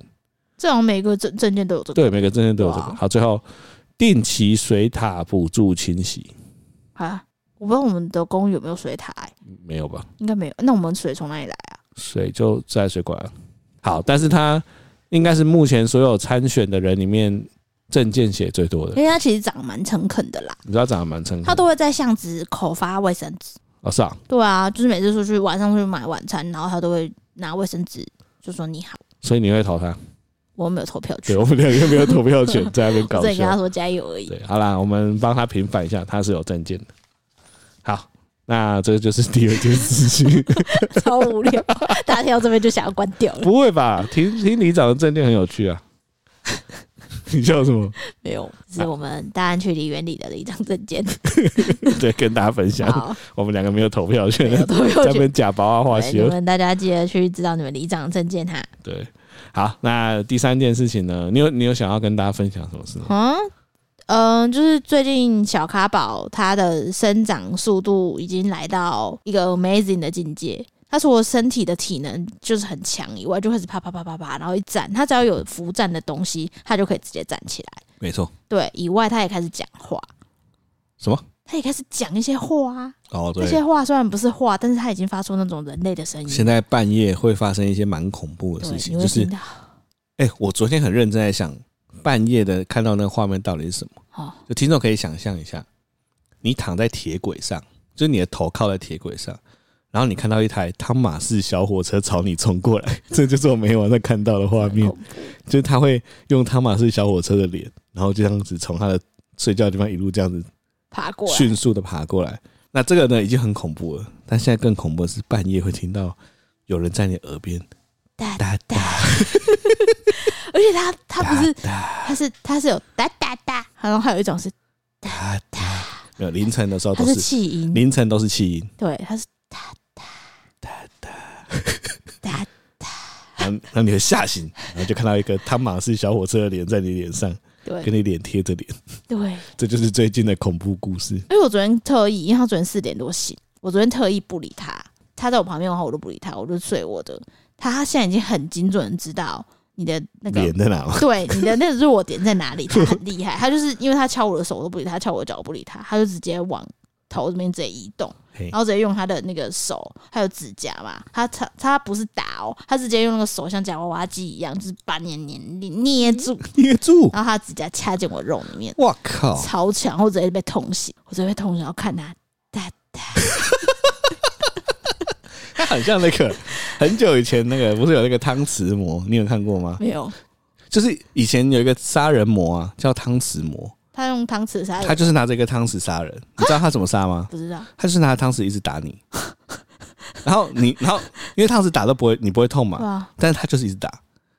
S1: 这种每个证证件都有这个，
S2: 对，每个证件都有这个。
S1: 哦哇
S2: 好，最后定期水塔补助清洗，
S1: 啊，我不知道我们的公寓有没有水塔、欸，
S2: 没有吧？
S1: 应该没有，那我们水从哪里来啊？
S2: 水就在水管啊。好，但是他应该是目前所有参选的人里面证件写最多的
S1: 因，为他其实长得蛮诚恳的啦，
S2: 你知道长得蛮成功的，
S1: 他都会在巷子口发卫生纸。
S2: 哦是啊，
S1: 对啊，就是每次出去晚上出去买晚餐，然后他都会拿卫生纸就说你好，
S2: 所以你会投他。
S1: 我没有投票
S2: 对
S1: 权，
S2: 我
S1: 我
S2: 们两个没有投 票权，在那边搞
S1: 只能跟他
S2: 笑。
S1: 说加油而已。
S2: 对，好啦，我们帮他平反一下，他是有证件的。好，那这就是第二件事 情。
S1: 超无聊，大家听到这边就想要关掉了。
S2: 不会吧？听听你讲的证件很有趣啊。你笑什么？
S1: 没有，是我们大安区梨园里的一张证件。
S2: 对，跟大家分享，
S1: 好，
S2: 我们两个没有投票权
S1: 没，有投票
S2: 在那
S1: 权。
S2: 边假包啊画
S1: 对，你
S2: 修。
S1: 们大家记得去知道你们里长的证件哈。
S2: 对，好，那第三件事情呢？你有你有想要跟大家分享什么事吗？
S1: 嗯嗯，就是最近小卡宝它的生长速度已经来到一个 amazing 的境界。它除了身体的体能就是很强以外，就开始啪啪啪啪啪，然后一站，它只要有扶站的东西，它就可以直接站起来。
S2: 没错，
S1: 对，以外它也开始讲话，
S2: 什么？
S1: 它也开始讲一些话啊。
S2: 哦，
S1: 那些话虽然不是话，但是它已经发出那种人类的声音。
S2: 在半夜会发生一些蛮恐怖
S1: 对，你会听到
S2: 哎、我昨天很认真在想，半夜的看到那个画面到底是什么？
S1: 哦，
S2: 就听众可以想象一下，你躺在铁轨上，就是你的头靠在铁轨上，然后你看到一台汤马士小火车朝你冲过来， 这就是我每晚上看到的画面，就是他会用汤马士小火车的脸，然后就这样子从他的睡觉的地方一路这样子
S1: 爬过来，
S2: 迅速的爬过来。那这个呢已经很恐怖了，但现在更恐怖的是半夜会听到有人在你耳边
S1: 哒
S2: 哒哒
S1: 而且它它不是，
S2: 哒
S1: 它是它是有哒哒哒，然后还有一种是
S2: 哒哒，没有凌晨的时候
S1: 它
S2: 哦都
S1: 是
S2: 是
S1: 气音，
S2: 凌晨都是气音，
S1: 对，它是哒
S2: 然后然后你会吓醒，然后就看到一个汤马士小火车的脸在你脸上，
S1: 哒哒，
S2: 跟
S1: 对
S2: 你脸贴着脸，
S1: 对。
S2: 这就是最近的恐怖故事。
S1: 因为我昨天特意，因为他昨天四点多醒，我昨天特意不理他，他在我旁边的话我都不理他，我就睡我的。他他现在已经很精准地知道你的那个
S2: 脸在哪吗？
S1: 对你的那个弱点在哪里？他很厉害，他就是因为他敲我的手我都不理他，敲我的脚我不理他，他就直接往头这边直接移动，
S2: 嘿
S1: 然后直接用他的那个手还有指甲嘛，他他他不是打哦，他直接用那个手像夹娃娃机一样，就是把你的捏捏捏住，
S2: 捏住！
S1: 然后他的指甲掐进我肉里面，
S2: 哇靠！
S1: 超强，我直接被痛醒，我直接被痛醒，然后看他哒哒，
S2: 它很像那个很久以前那个，不是有那个汤匙魔，你有看过吗？
S1: 没有，
S2: 就是以前有一个杀人魔啊，叫汤匙魔，
S1: 他用汤匙杀
S2: 他
S1: 人，
S2: 就是啊拿着一个汤匙杀人。你知道他怎么杀 吗？
S1: 不知道，
S2: 他就是拿汤匙一直打你， 然后你，然后因为汤匙打都不会，你不会痛嘛，
S1: 哇，
S2: 但是他就是一直打，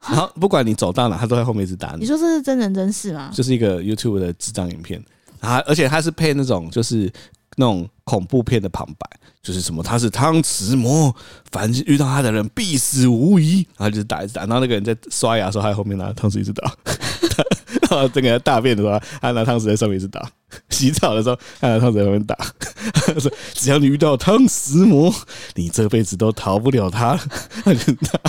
S2: 然后不管你走到哪，他都在后面一直打
S1: 你
S2: 你。
S1: 说这是真人真事吗？
S2: 就是一个 YouTube 的智障影片，啊，而且他是配那种就是那种恐怖片的旁白，就是什么他是汤匙魔，凡是遇到他的人必死无疑，然后就是打一直打，然后那个人在刷牙的时候，他在后面拿汤匙一直打， 然后这个人大便的时候，他拿汤匙在上面一直打，洗澡的时候他拿汤匙在旁边打，他说只要你遇到汤匙魔，你这辈子都逃不了他了， 他就打。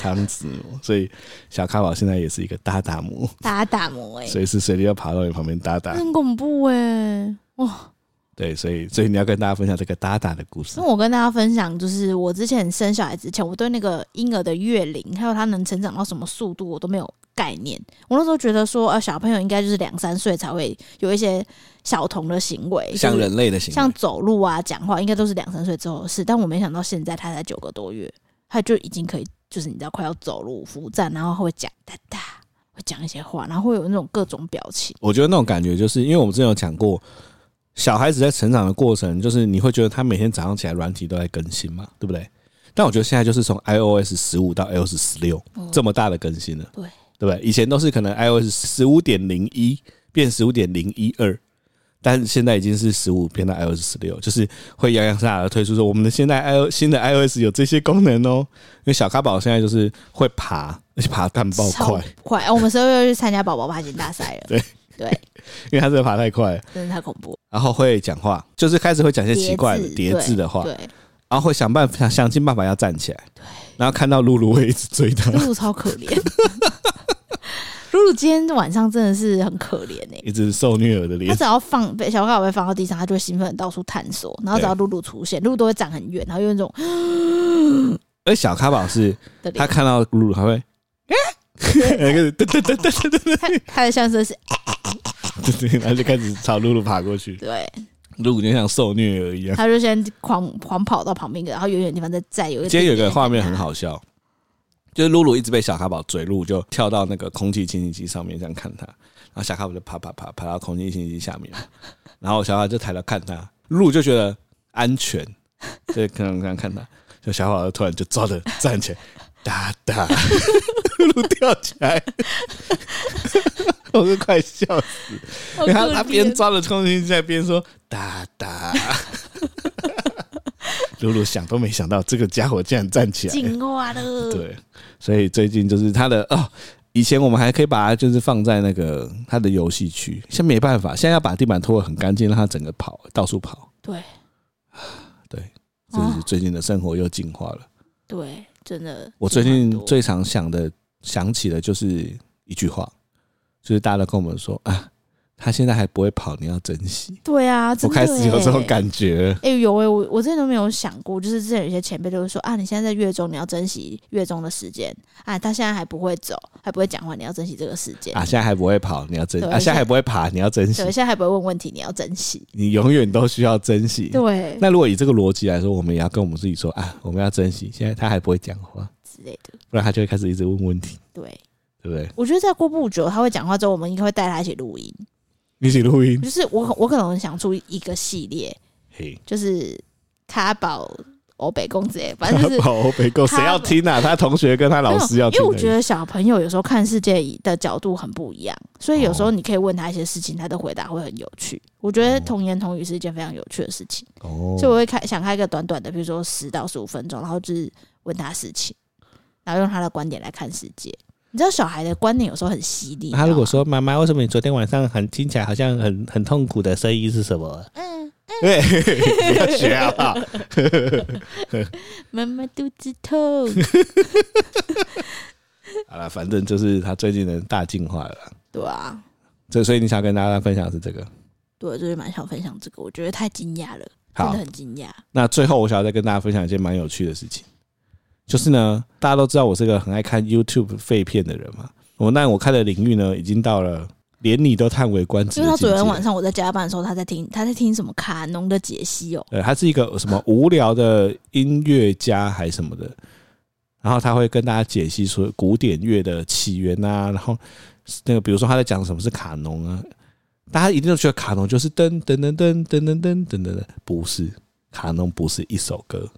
S2: 汤匙魔，所以小咖宝现在也是一个大大魔。
S1: 打打磨哎、
S2: 随时随地要爬到你旁边打打。
S1: 很恐怖哎、哇！
S2: 对，所以所以你要跟大家分享这个打打的故事
S1: 那。我跟大家分享，就是我之前生小孩之前，我对那个婴儿的月龄，还有他能成长到什么速度，我都没有概念。我那时候觉得说，呃，小朋友应该就是两三岁才会有一些小童的行为，
S2: 像
S1: 就是
S2: 人类的行
S1: 像
S2: 为，
S1: 走路啊、讲话，应该都是两三岁之后的事。但我没想到现在他才九个多月，他就已经可以，就是你知道快要走路、扶站，然后会讲哒哒，会讲一些话，然后会有那种各种表情。
S2: 我觉得那种感觉就是，因为我们之前有讲过，小孩子在成长的过程，就是你会觉得他每天早上起来软体都在更新嘛，对不对？但我觉得现在就是从 iOS 十五到 iOS 十六这么大的更新了，
S1: 对
S2: 对不对？以前都是可能 iOS 十五点零一变十五点零一二，但现在已经是十五变到 iOS 十六，就是会洋洋洒洒的推出说我们的现在 i 新的 iOS 有这些功能哦。因为小咖宝现在就是会爬，而且爬干爆
S1: 超
S2: 快，
S1: 快！哎我们十二月去参加宝宝爬行大赛了，
S2: 对
S1: 对，
S2: 因为它真的爬太快了，
S1: 真的太恐怖了。
S2: 然后会讲话，就是开始会讲一些奇怪的
S1: 叠
S2: 叠
S1: 字
S2: 字的话，
S1: 对，
S2: 然后会想办法想想尽办法要站起来，然后看到露露会一直追他，
S1: 露露超可怜。 露露今天晚上真的是很可怜哎、
S2: 一直受虐儿的
S1: 她
S2: 脸，
S1: 只要放被小咖宝贝放到地上，她就会兴奋地到处探索。然后只要露露出现，露露都会站很远，然后用那种
S2: 而小咖宝是
S1: 的脸，
S2: 他
S1: 哎
S2: 看到露露还 会。 那个噔噔噔噔噔噔
S1: 她她的相声是
S2: 噔，然后就开始朝露露爬过去，
S1: 对，
S2: 露露就像受虐儿一样。
S1: 她就先狂狂跑到旁边一个，然后远远的地方再再有一个
S2: 今天有一个画面很好笑，就是露露一直被小卡宝追，露露就跳到那个空气清新机上面这样看他，然后小卡宝就爬爬爬爬到空气清新机下 面，然后小卡就抬头看他，露露就觉得安全，就可能这样看他，就小卡宝就突然就抓着站起来，哒哒，露露跳起 来， 我都快笑死，
S1: 好
S2: 因为他
S1: 可
S2: 他边
S1: 怜
S2: 抓着空气清新机还边说哒哒。 露露想都没想到，这个家伙竟然站起来了，
S1: 进化了，
S2: 对，所以最近就是它的哦，以前我们还可以把它就是放在那个它的游戏区，现在没办法，现在要把地板拖得很干净，让它整个跑到处跑。
S1: 对
S2: 对，这是
S1: 哦
S2: 最近的生活又进化了。
S1: 对，真的。
S2: 我最
S1: 进化
S2: 近
S1: 很多
S2: 最常想的想起的就是一句话，就是大家都跟我们说啊，它现在还不会跑，你要珍惜。
S1: 对啊，
S2: 我
S1: 真的
S2: 开始有这种
S1: 欸
S2: 感觉，
S1: 哎、有哎、我我之前都没有想过，就是之前有些前辈都会说啊，你现在在月中，你要珍惜月中的时间啊。他现在还不会走，还不会讲话，你要珍惜这个时间。
S2: 啊，现在还不会跑，你要珍惜；
S1: 对
S2: 啊，现在还不会爬，你要珍惜
S1: 对，现。在还不会问问题，你要珍惜。
S2: 你永远都需要珍惜。
S1: 对，
S2: 那如果以这个逻辑来说，我们也要跟我们自己说啊，我们要珍惜。现在他还不会讲话，
S1: 之类的。
S2: 不然他就会开始一直问问题，
S1: 对，
S2: 对不对？
S1: 我觉得再过不久他会讲话之后，我们应该会带他一起录音。
S2: 一起录音，
S1: 就是我我可能想出一个系列，
S2: 嘿，
S1: 就是卡宝、欧北公之类，反正啊就是。
S2: 宝贝够，谁要听啊？他同学跟他老师要
S1: 没
S2: 听
S1: 有因
S2: 而已，
S1: 为我觉得小朋友有时候看世界的角度很不一样，所以有时候
S2: 哦
S1: 你可以问他一些事情，他的回答会很有趣。我觉得童言童语是一件非常有趣的事情，所以我
S2: 哦，
S1: 会开想开一个短短的，比如说十到十五分钟，然后就是问他事情，然后用他的观点来看世界。你知道小孩的观点有时候很犀利，
S2: 他如果
S1: 你知道吗啊
S2: 说妈妈，为什么你昨天晚上很听起来好像很很痛苦的声音是 什么？
S3: 嗯，
S1: 哎
S2: 对， 不要学好不好？
S1: 妈妈肚子痛，
S2: 好了，反正就是他最近的大进化了啦。
S1: 对啊，
S2: 这所以你想跟大家分享的是这个。
S1: 对，就是蛮想分享这个，我觉得太惊讶了，真
S2: 好
S1: 的，很惊讶。
S2: 那最后我想要再跟大家分享一件蛮有趣的事情，就是呢，大家都知道我是个很爱看 YouTube 废片的人嘛。我那我看的领域呢，已经到了连你都叹为观止
S1: 因
S2: 的
S1: 为他
S2: 境界。
S1: 昨天晚上我在加班的时候，他在听他在听什么卡农的解析哦，
S2: 呃，他是一个什么无聊的音乐家还是什么的，然后他会跟大家解析说古典乐的起源啊，然后那个比如说他在讲什么是卡农啊，大家一定都觉得卡农就是噔噔噔噔噔噔噔噔噔噔，不是卡农不是一首歌，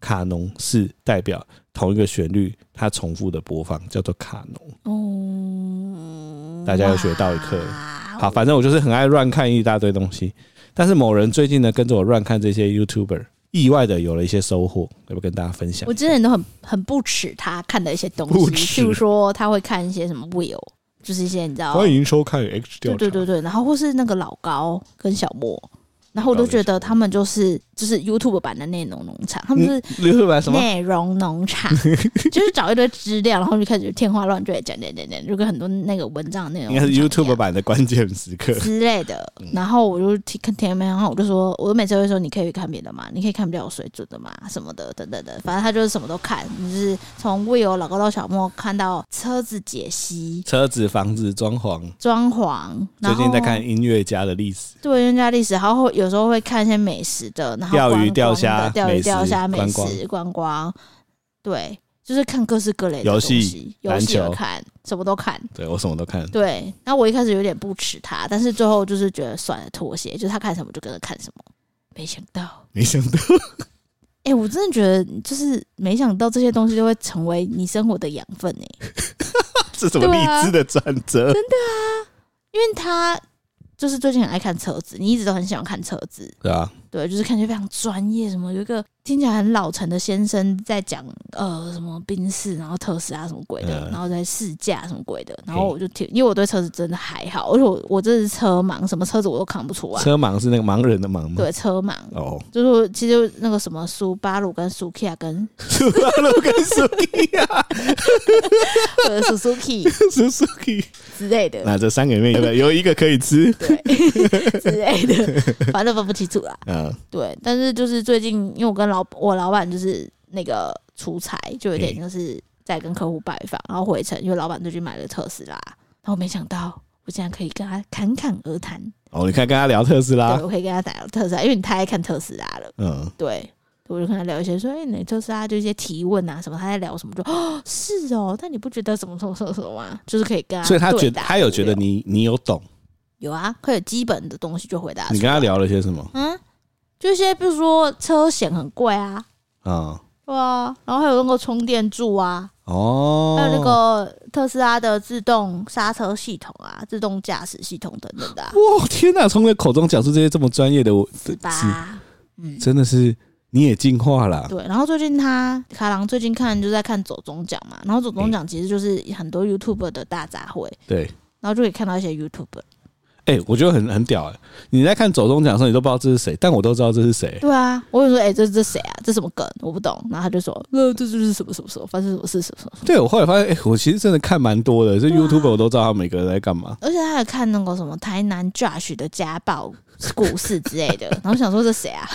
S2: 卡农是代表同一个旋律它重复的播放，叫做卡农。
S1: 哦，
S2: 大家又学到一课
S1: 哇
S2: 好，反正我就是很爱乱看一大堆东西。但是某人最近呢，跟着我乱看这些 YouTuber，意外的有了一些收获，要不要跟大家分享
S1: 我？之前都很很不耻他看的一些东
S2: 不
S1: 西，
S2: 耻
S1: 譬如说他会看一些什么 Will，就是一些你知道，
S2: 欢迎收看 X
S1: 对
S2: 调查。
S1: 对对对，然后或是那个老高跟小莫，然后我都觉得他们就是就是 YouTube 版的内容农场，他们就是
S2: 嗯，YouTuber 什么？
S1: 内容农 场，就是找一堆资料，然后就开始天花乱坠地讲讲讲讲，就跟很多那个文章内容啊
S2: 应该是
S1: 农场一样
S2: YouTube 版的关键时刻。
S1: 之类的。
S2: 嗯
S1: 然后我就听听没，然后我就说，我每次都会说，你可以看别的嘛，你可以看比较有水准的嘛，什么的，等等的。反正他就是什么都看，就是从 Will 老高到小莫，看到车子解析、
S2: 车子、房子、装潢，
S1: 装潢，然
S2: 最
S1: 后
S2: 近在看音乐家的历史，
S1: 对人家历史，然后有时候会看一些美食的，然后
S2: 钓鱼
S1: 观光的
S2: 钓虾
S1: 钓
S2: 美
S1: 鱼
S2: 食
S1: 钓虾、美
S2: 观光
S1: 食、观光，对。就是看各式各类的
S2: 游
S1: 东
S2: 戏
S1: 西、游
S2: 篮
S1: 戏也
S2: 球
S1: 看，什么都看。
S2: 对我什么都看。
S1: 对，那我一开始有点不耻他，但是最后就是觉得算了，妥协，就是他看什么就跟着看什么。没想到，
S2: 没 想到，
S1: 哎、我真的觉得就是没想到这些东西就会成为你生活的养分哎、
S2: 这什么
S1: 对啊
S2: 励志的转折？
S1: 因为他就是最近很爱看车子，你一直都很喜欢看车子，
S2: 对啊，
S1: 对，就是看起来非常专业，什么有一个听起来很老成的先生在讲呃什么宾士，然后特斯拉什么鬼的，
S2: 嗯
S1: 然后在试驾什么鬼的，然
S2: 嘿
S1: 后我就听，因为我对车子真的还好，而且我我这是车盲，什么车子我都看不出来，
S2: 车盲是那个盲人的盲吗？
S1: 对，车盲，
S2: 哦，
S1: 就是其实那个什么苏巴鲁跟苏 Kia 跟
S2: 苏巴鲁跟苏 u 啊，
S1: 呃 Suzuki
S2: 苏 s u
S1: 之类的，
S2: 那这三个里面有有一个可以吃，
S1: 对之类的，反正分不清楚啦。
S2: 嗯，
S1: 对，但是就是最近，因为我跟老我老板就是那个出差，就有点
S2: 嗯
S1: 就是在跟客户拜访，然后回程，因为老板最近买了特斯拉，然后没想到我竟然可以跟他侃侃而谈，
S2: 哦，你看跟他聊特斯拉
S1: 对，，我可以跟他打特斯拉，因为你太爱看特斯拉了，
S2: 嗯，
S1: 对。我就跟他聊一些说，哎、你特斯拉就一些提问啊什么，他在聊什么就哦是哦，但你不觉得什么什么什么什么吗？就是可以跟他
S2: 所以他觉
S1: 啊对
S2: 得
S1: 答
S2: 他有觉得
S1: 对
S2: 你你有懂，
S1: 有啊，会有基本的东西就回答。
S2: 你跟他，聊了些什么
S1: 嗯，就一些比如说车险很贵啊，
S2: 啊？
S1: 对啊，然后还有那个充电柱啊，
S2: 哦，
S1: 还有那个特斯拉的自动刹车系统啊、自动驾驶系统等等的、啊，
S2: 哇，天哪！从你口中讲出这些这么专业的，我
S1: 是
S2: 啊
S1: 吧？嗯，
S2: 真的是你也进化了。
S1: 对。然后最近他卡郎最近看就在看走中奖嘛，然后走
S2: 嗯
S1: 中奖其实就是很多 YouTube 的大杂烩，
S2: 对，
S1: 然后就可以看到一些 YouTube。
S2: 哎、我觉得很很屌哎、你在看走中奖的时候，你都不知道这是谁，但我都知道这是谁。
S1: 对啊，我有说，哎、这这谁啊？这什么梗？我不懂。然后他就说，呃，这就是什么什么什么，发生什么事什么什么。
S2: 对我后来发现，哎、我其实真的看蛮多的，
S1: 啊
S2: 这 YouTube 我都知道他每个人在干嘛。
S1: 而且他还看那个什么台南 Josh 的家暴故事之类 的，然后想说这谁啊？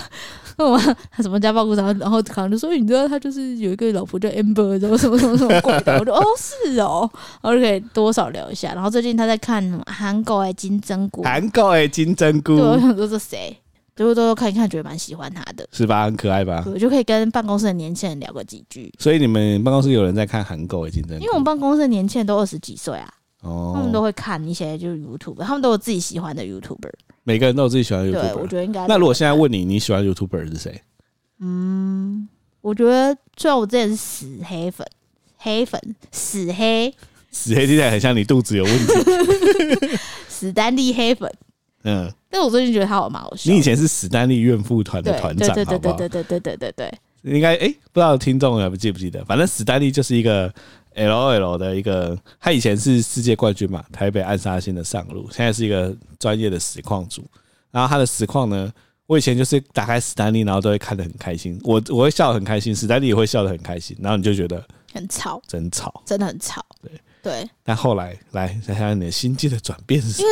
S1: 那我他什么家暴故事？然后然后可能就说哎你知道他就是有一个老婆叫 Amber，然后什么什么什么鬼的，我就哦是哦，然后就可以多少聊一下。然后最近他在看什么韩国哎金针菇，
S2: 韩国哎，金针菇
S1: 对，我想说这谁，结果都看一看，觉得蛮喜欢他的，
S2: 是吧？很可爱吧？
S1: 我就可以跟办公室的年轻人聊个几句，
S2: 所以你们办公室有人在看韩国哎，金针菇？
S1: 因为我们办公室的年轻人都二十几岁啊，他们都
S2: 哦，
S1: 会看一些就是 YouTube，他们都有自己喜欢的 YouTuber，
S2: 每个人都有自己喜欢的
S1: 啊对我
S2: YouTuber。
S1: 觉得应该
S2: 那如果现在问你，你喜欢 YouTuber 是谁？
S1: 嗯，我觉得虽然我之前是死黑粉，黑粉死黑
S2: 死黑听起来很像你肚子有问题。
S1: 死丹利黑粉，
S2: 嗯，
S1: 但我最近觉得他好蛮好笑
S2: 你以。前是史丹利怨妇团
S1: 对
S2: 的团
S1: 对
S2: 长，
S1: 对
S2: 好
S1: 对
S2: 不
S1: 对
S2: 好？
S1: 对对对对对对，
S2: 应该诶，不知道听众还记不记得，反正史丹利就是一个 L L 的一个，他以前是世界冠军嘛，台北暗杀星的上路，现在是一个专业的实况组。然后他的实况呢，我以前就是打开史丹利，然后都会看得很开心，我我会笑得很开心，史丹利也会笑得很开心，然后你就觉得
S1: 很吵，
S2: 真吵。
S1: 真的很吵。
S2: 对
S1: 对，
S2: 但后来来想想你的心境的转变是什么？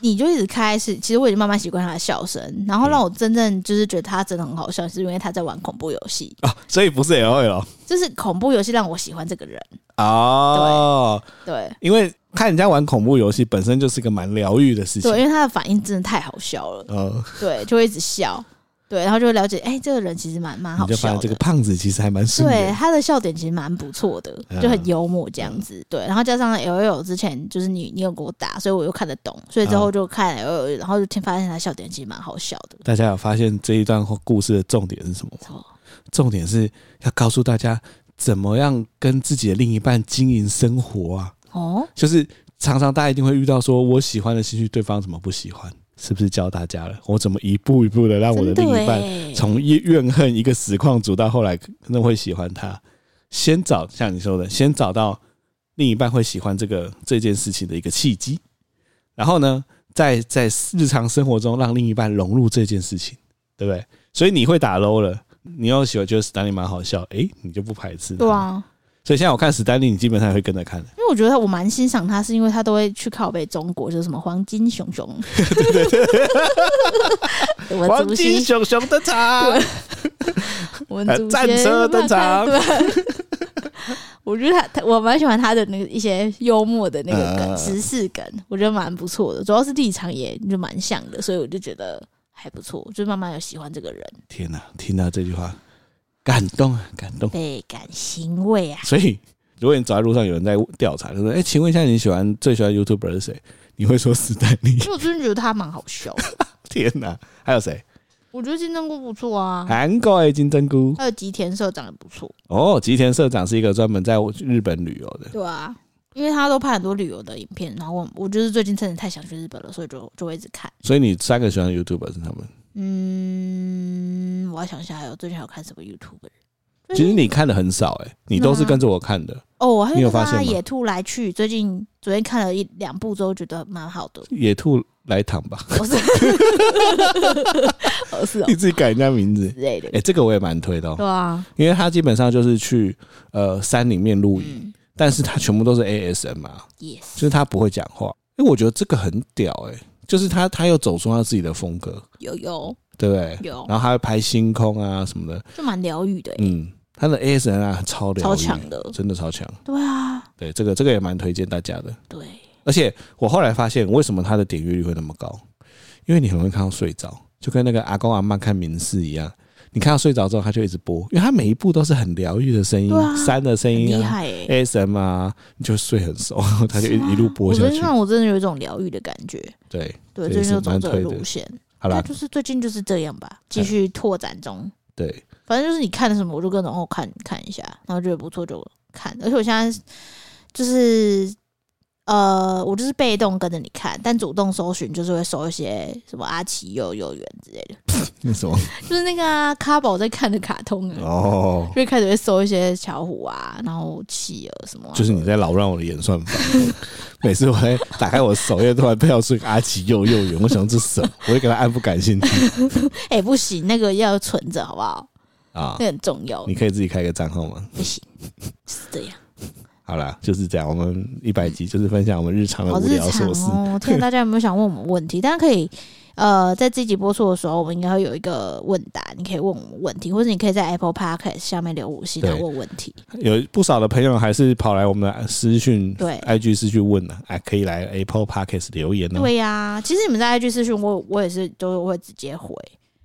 S1: 你就一直开始，其实我已经慢慢习惯他的笑声，
S2: 嗯
S1: 然后让我真正就是觉得他真的很好笑，是因为他在玩恐怖游戏，
S2: 哦，所以不是 L L
S1: 就是恐怖游戏让我喜欢这个人。
S2: 哦，
S1: 对
S2: 因为看人家玩恐怖游戏本身就是个蛮疗愈的事情
S1: 对，。因为他的反应真的太好笑 了，
S2: 呃，
S1: 对，就会一直笑，对，然后就会了解，哎、这个人其实蛮蛮
S2: 你
S1: 好
S2: 就发
S1: 笑
S2: 现
S1: 的。
S2: 这个胖子其实还蛮顺
S1: 对
S2: 眼。
S1: 他的笑点其实蛮不错的，
S2: 嗯
S1: 就很幽默这样子。对，然后加上 L L 之前就是你你有给我打，所以我又看得懂，所以之
S2: 嗯
S1: 后就看 L L，然后就听发现他笑点其实蛮好笑的。
S2: 大家有发现这一段故事的重点是什么吗？
S1: 错，
S2: 重点是要告诉大家怎么样跟自己的另一半经营生活啊！
S1: 哦，
S2: 就是常常大家一定会遇到说，我喜欢的兴趣，对方怎么不喜欢？是不是教大家了？我怎么一步一步的让我的
S1: 真
S2: 另
S1: 的
S2: 一半
S1: 哎，
S2: 从一怨恨一个实况组到后来可能会喜欢他？先找像你说的，先找到另一半会喜欢这个这件事情的一个契机，然后呢，再在日常生活中让另一半融入这件事情，对不对？所以你会打 low 了，你又喜欢觉得史丹利蛮好笑，诶，你就不排斥，
S1: 对。啊，
S2: 所以现在我看史丹利，你基本上也会跟着看的，
S1: 因为我觉得我蛮欣赏他，是因为他都会去靠背中国，就是什么黄金熊 熊， 我的祖先
S2: 熊熊登场
S1: 对我们祖
S2: 哎战
S1: 先
S2: 车登 场
S1: 对吧。我觉得他，他我蛮喜欢他的那个一些幽默的那个
S2: 嗯
S1: 梗、时事梗，我觉得蛮不错的。主要是立场也就蛮像的，所以我就觉得还不错，就慢慢有喜欢这个人，
S2: 天哪、听到这句话，感动啊，感动。
S1: 倍感欣慰啊！
S2: 所以，如果你走在路上有人在调查，就说：“哎、请问一下，你喜欢最喜欢 YouTuber 是谁？”你会说史丹利
S1: 因。为我真的觉得他蛮好笑的，
S2: 天哪、还有谁？
S1: 我觉得金针菇不错啊，
S2: 韩国的金针菇
S1: 还有吉田社长也不错，
S2: 哦，吉田社长是一个专门在日本旅游的。
S1: 对啊，因为他都拍很多旅游的影片，然后我我就是最近真的太想去日本了，所以就就会一直看。
S2: 所以你三个喜欢的 YouTuber 是他们。
S1: 嗯，我要想一下，还有最近还有看什么 YouTube？嗯
S2: 其实你看的很少哎、你都是跟着我看的。
S1: 哦，我还
S2: 你有
S1: 有
S2: 发
S1: 看
S2: 现
S1: 到
S2: 吗
S1: 野兔来去，最近昨天看了一两部之后，觉得蛮好的。
S2: 野兔来躺吧，
S1: 我是， 我是哦
S2: 你自己改人家名字。
S1: 之类的
S2: 哎、，这个我也蛮推的、哦，
S1: 对啊，
S2: 因为他基本上就是去呃山里面露营，
S1: 嗯
S2: 但是他全部都是 ASM 啊，就
S1: ，yes，
S2: 是他不会讲话。因为我觉得这个很屌哎、就是他他又走出他自己的风格，
S1: 有有
S2: 对不对？
S1: 有，
S2: 然后还会拍星空啊什么的，
S1: 就蛮疗愈的欸，
S2: 嗯，他的 ASN 啊超疗愈
S1: 超强的，
S2: 真的超强。
S1: 对啊，
S2: 对，这个这个也蛮推荐大家的。
S1: 对，
S2: 而且我后来发现，为什么他的点阅率会那么高？因为你很容易看到睡着，就跟那个阿公阿妈看民视一样，你看他睡着之后，他就一直播，因为他每一部都是很疗愈的声音
S1: 对啊，
S2: 山、的声
S1: 很
S2: 音
S1: 厉
S2: 啊
S1: 害哎、
S2: ，ASM 啊，你就睡很熟， 他就一一路播
S1: 我
S2: 下
S1: 真
S2: 去
S1: 的。让我真的有一种疗愈的感觉。
S2: 对，
S1: 对，
S2: 这
S1: 最
S2: 也是
S1: 近就走
S2: 蛮
S1: 这个
S2: 推的
S1: 路线。
S2: 好啦哎
S1: 那，就是最近就是这样吧，继续拓展中。
S2: 对，
S1: 反正就是你看了什么，我就跟着然后看看一下，然后觉得不错就看。而且我现在就是呃，我就是被动跟着你看，但主动搜寻就是会搜一些什么阿啊奇幼幼园之类的，
S2: 那什么
S1: 就是那个啊卡宝在看的卡通啊，
S2: 哦，
S1: 就会开始会搜一些巧虎啊，然后企鹅什么啊、
S2: 就是你在扰乱我的演算法。 每次我在打开我的首页，突然跳出一个阿奇幼幼园，我想这是什么？我就给他按不感兴趣
S1: 哎、不行，那个要存着好不好？
S2: 啊
S1: 那。个很重要，
S2: 你可以自己开个账号吗？
S1: 不行是这样。
S2: 好啦，就是这样。我们一百集就是分享我们日常的
S1: 好
S2: 无
S1: 日
S2: 聊
S1: 常
S2: 琐事。
S1: 哦！ 天啊，大家有没有想问我们问题？但可以，呃，在这集播出的时候，我们应该会有一个问答，你可以问我们问题，或者你可以在 Apple Podcast 下面留五星
S2: 对
S1: 来问问题。
S2: 有不少的朋友还是跑来我们的私讯，
S1: 对
S2: ，IG 私讯问呢、啊，哎、可以来 Apple Podcast 留言哦。
S1: 对呀、其实你们在 IG 私讯我，我也是都会直接回。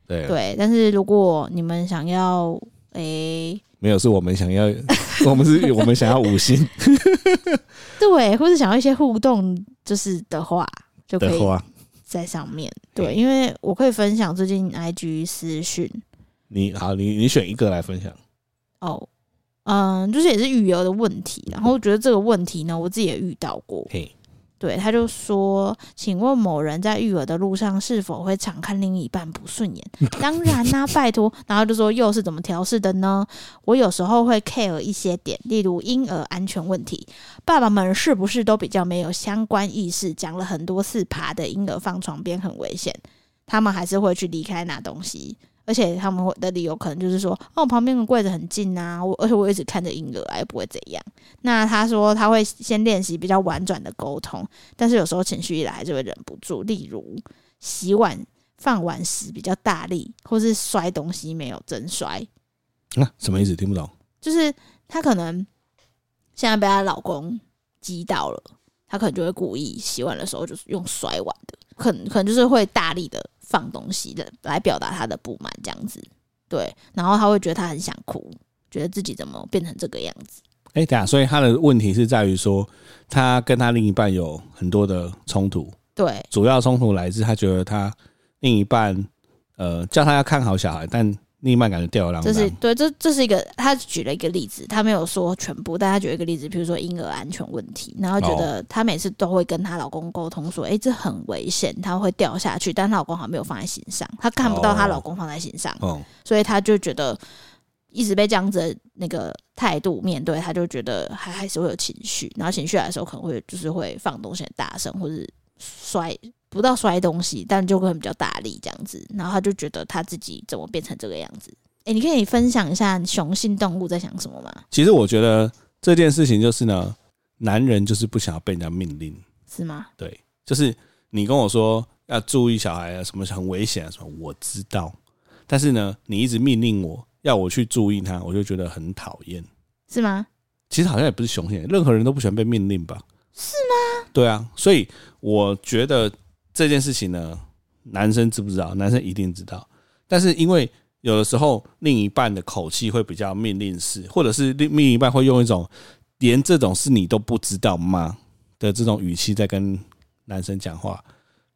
S2: 对
S1: 对，但是如果你们想要，诶、
S2: 没有是我们想要， 我们是我们想要五星
S1: 对，或者想要一些互动，就是的话，就可
S2: 的
S1: 以
S2: 话，
S1: 在上面。
S2: 对
S1: 对，因为我可以分享最近 IG 私讯
S2: 你好，你你选一个来分享。
S1: 哦，嗯，就是也是育儿的问题。然后我觉得这个问题呢，我自己也遇到过。
S2: 嘿，
S1: 对，他就说：“请问某人在育儿的路上是否会常看另一半不顺眼？” 当然啦、拜托。然后就说又是怎么调试的呢？我有时候会 care 一些点，例如婴儿安全问题。爸爸们是不是都比较没有相关意识？讲了很多次，爬的婴儿放床边很危险，他们还是会去离开拿东西。而且他们会的理由可能就是说，哦，旁边的柜子很近啊，我而且我一直看着婴儿啊，又不会怎样。那他说他会先练习比较婉转的沟通，但是有时候情绪一来还是会忍不住，例如洗碗放碗时比较大力，或是摔东西没有真摔，
S2: 啊，什么意思？听不懂。
S1: 就是她可能现在被她老公击到了，她可能就会故意洗碗的时候就是用摔碗的，可能可能就是会大力的放东西的来表达她的不满这样子，对，然后她会觉得她很想哭，觉得自己怎么变成这个样子，
S2: 哎、等一下，所以他的问题是在于说，他跟他另一半有很多的冲突，
S1: 对
S2: 主要冲突来自他觉得他另一半，呃，叫他要看好小孩，但另一半感觉吊儿郎
S1: 这
S2: 当。
S1: 是对，这这是一个，他举了一个例子，他没有说全部，但他举了一个例子，比如说婴儿安全问题，然后觉得她每次都会跟她老公沟通说，诶，这很危险，她会掉下去，但她老公好像没有放在心上，她看不到她
S2: 哦
S1: 老公放在心上，
S2: 哦，
S1: 所以她就觉得一直被这样子的那个态度面对，她就觉得还还是会有情绪，然后情绪来的时候可能会就是会放东西很大声，或是摔。不到摔东西，但就会比较大力这样子，然后她就觉得她自己怎么变成这个样子？诶，你可以分享一下雄性动物在想什么吗？
S2: 其实我觉得这件事情就是呢，男人就是不想要被人家命令，
S1: 是吗？
S2: 对，就是你跟我说要注意小孩啊，什么很危险啊，什么我知道，但是呢，你一直命令我要我去注意他，我就觉得很讨厌。
S1: 是吗？
S2: 其实好像也不是雄性，任何人都不喜欢被命令吧？是吗？对啊，所以我觉得这件事情呢，男生知不知道？男生一定知道，但是因为有的时候另一半的口气会比较命令式，或者是另另一半会用一种连这种事你都不知道吗的这种语气在跟男生讲话，